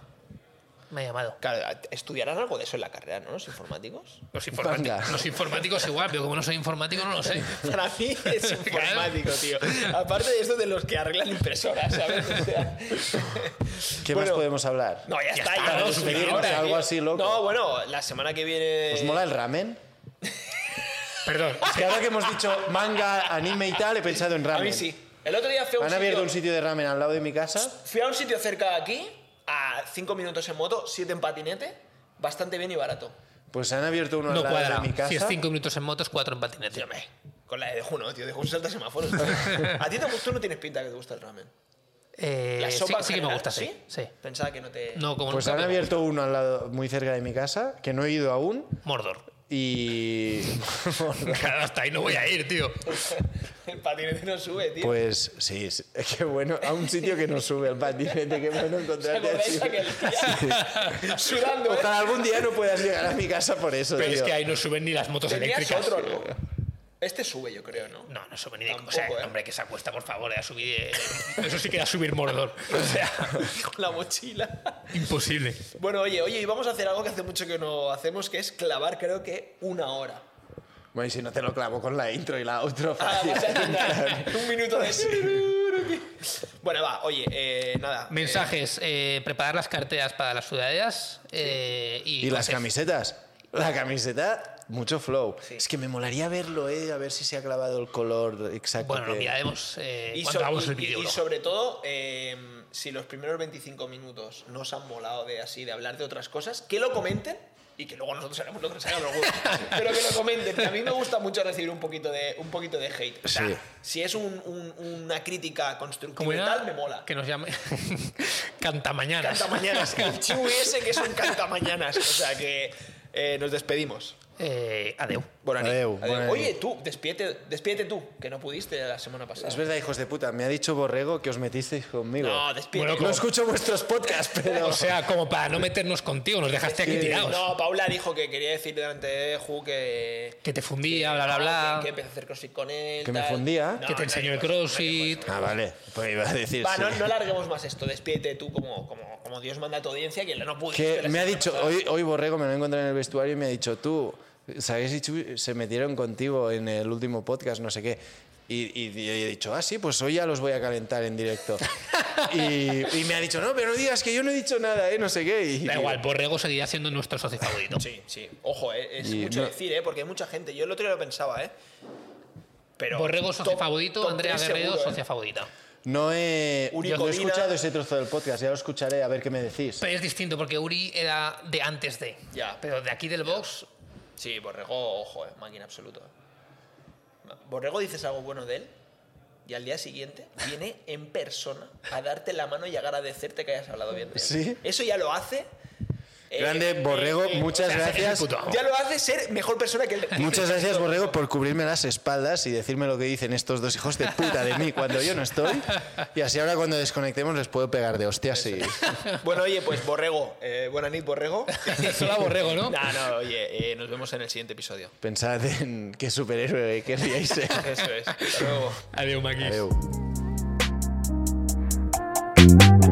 Me ha llamado. Claro, estudiarán algo de eso en la carrera, ¿no? Los informáticos. Los informáticos, Manga. los informáticos igual, pero como no soy informático no lo sé. Para mí es informático, tío. Aparte de esto de los que arreglan impresoras, ¿sabes? O sea, ¿Qué Bueno, más podemos hablar? no, ya, Ya está, está, ya ¿no? no, es una Despedirnos, hora, algo tío. así loco. No, bueno, la semana que viene. eh, ¿Os mola el ramen? Perdón. Ah, Es que ahora que hemos dicho manga, anime y tal, he pensado en A ramen. mí sí. El otro día fui a un Han abierto un sitio. sitio de ramen al lado de mi casa. Fui a un sitio cerca de aquí, a 5 minutos en moto, 7 en patinete, bastante bien y barato. Pues han abierto uno No al lado cuadra. de mi casa. Si es 5 minutos en motos, 4 en Tío, patinete. me- Con la de Juno, tío, de Juno salta semáforos. tío. A ti te gusta, tú no tienes pinta que te gusta el ramen. Eh, La sí- sopa en sí, que me general, gusta, sí. sí. Pensaba que no te. No, como Pues nunca, han pero- abierto uno al lado, muy cerca de mi casa, que no he ido aún. Mordor. Y. Claro, hasta ahí no voy a ir, tío. El patinete no sube, tío. Pues sí, es- qué bueno. A un sitio que no sube el patinete, qué bueno ¿Te encontrarte acordáis así. aquel día? Sudando. ¿eh? Ojalá algún día no puedas llegar a mi casa por eso. Pero es tío. que ahí no suben ni las motos Tenías eléctricas. otro, ¿no? Este sube, yo creo, ¿no? No, no suben ni de. Tampoco, o sea, ¿eh? hombre, que se acuesta, por favor, eh, a subir. eh, eso sí que era subir Mordor. O sea, Con la mochila. imposible. Bueno, oye, oye, y vamos a hacer algo que hace mucho que no hacemos, que es clavar, creo que, una hora. Bueno, y si no te lo clavo con la intro y la outro Ah, fácil. vas a tener un minuto de eso. Bueno, va, oye, eh, nada. eh, Mensajes, eh, preparar las carteras para las sudaderas eh, y, Y las cosas. camisetas. La camiseta, mucho flow. Es que me molaría verlo, ¿eh? A ver si se ha clavado el color exacto. Bueno, lo que- miraremos eh, y, cuando so- hagamos y- el vídeo. y- y bro. sobre todo, eh, si los primeros 25 minutos no os han molado de así, de hablar de otras cosas, que lo comenten y que luego nosotros haremos lo que nos haga los gustos. Pero que lo comenten. que A mí me gusta mucho recibir un poquito de, un poquito de hate. O sea, Sí. si es un- un- una crítica constructiva Como y era, tal, me mola. Que nos llame Cantamañanas. Cantamañanas. El chivo ese que es un cantamañanas. O sea que eh, nos despedimos. Eh, adeu. Bueno, Ani, Adeu, adeu. bueno, Oye, Ani. tú, despídete, despídete tú, que no pudiste la semana pasada. Es verdad, hijos de puta. Me ha dicho Borrego que os metisteis conmigo. No, despídete. Bueno, No como- escucho vuestros podcasts, pero. O sea, como para no meternos contigo, nos dejaste aquí Sí, tirados. no, Paula dijo que quería decir delante de Ju que. Que te fundía, bla, bla, bla. Que, que empecé a hacer crossfit con él. Que me tal. fundía. No, que te no enseñó el digo eso, crossfit. Ah, vale. Pues iba a decir. Va, sí. no, no larguemos más esto. Despídete tú como, como, como Dios manda a tu audiencia, que no pudiste. Que me ha dicho, hoy hoy, hoy Borrego me lo he encontrado en el vestuario y me ha dicho, tú, ¿sabéis si Chu- se metieron contigo en el último podcast, no sé qué? Y, y- y he dicho, ah, sí, pues hoy ya los voy a calentar en directo. y, y me ha dicho, no, pero no digas que yo no he dicho nada, ¿eh? No sé qué. Y, Da igual, Borrego seguirá siendo nuestro socio favorito. Sí, sí. Ojo, eh, es Y mucho no- decir, ¿eh? Porque hay mucha gente. Yo el otro día lo pensaba, ¿eh? Pero Borrego, socio top- favorito. top Andrea tres Guerrero, seguro, ¿eh? socia favorita. No he, Uri no he Codina. escuchado ese trozo del podcast, ya lo escucharé, a ver qué me decís. Pero es distinto porque Uri era de antes de. Ya. Pero de aquí del box, Sí, Borrego, ojo, eh, máquina absoluta. Borrego dices algo bueno de él y al día siguiente viene en persona a darte la mano y a agradecerte que hayas hablado bien de él. Sí. Eso ya lo hace. eh, Grande eh, Borrego, eh, muchas o sea, eres gracias. el puto amo. Ya lo hace ser mejor persona que él. Muchas gracias, Borrego, por cubrirme las espaldas y decirme lo que dicen estos dos hijos de puta de mí cuando yo no estoy. Y así ahora cuando desconectemos les puedo pegar de hostias y... Bueno, oye, pues Borrego. Eh, buena nit, Borrego. solo a Borrego, ¿no? Nah, no, oye, eh, nos vemos en el siguiente episodio. Pensad en qué superhéroe queríais ser. Eso es. Hasta luego. Adeu, Maquis. Adeu.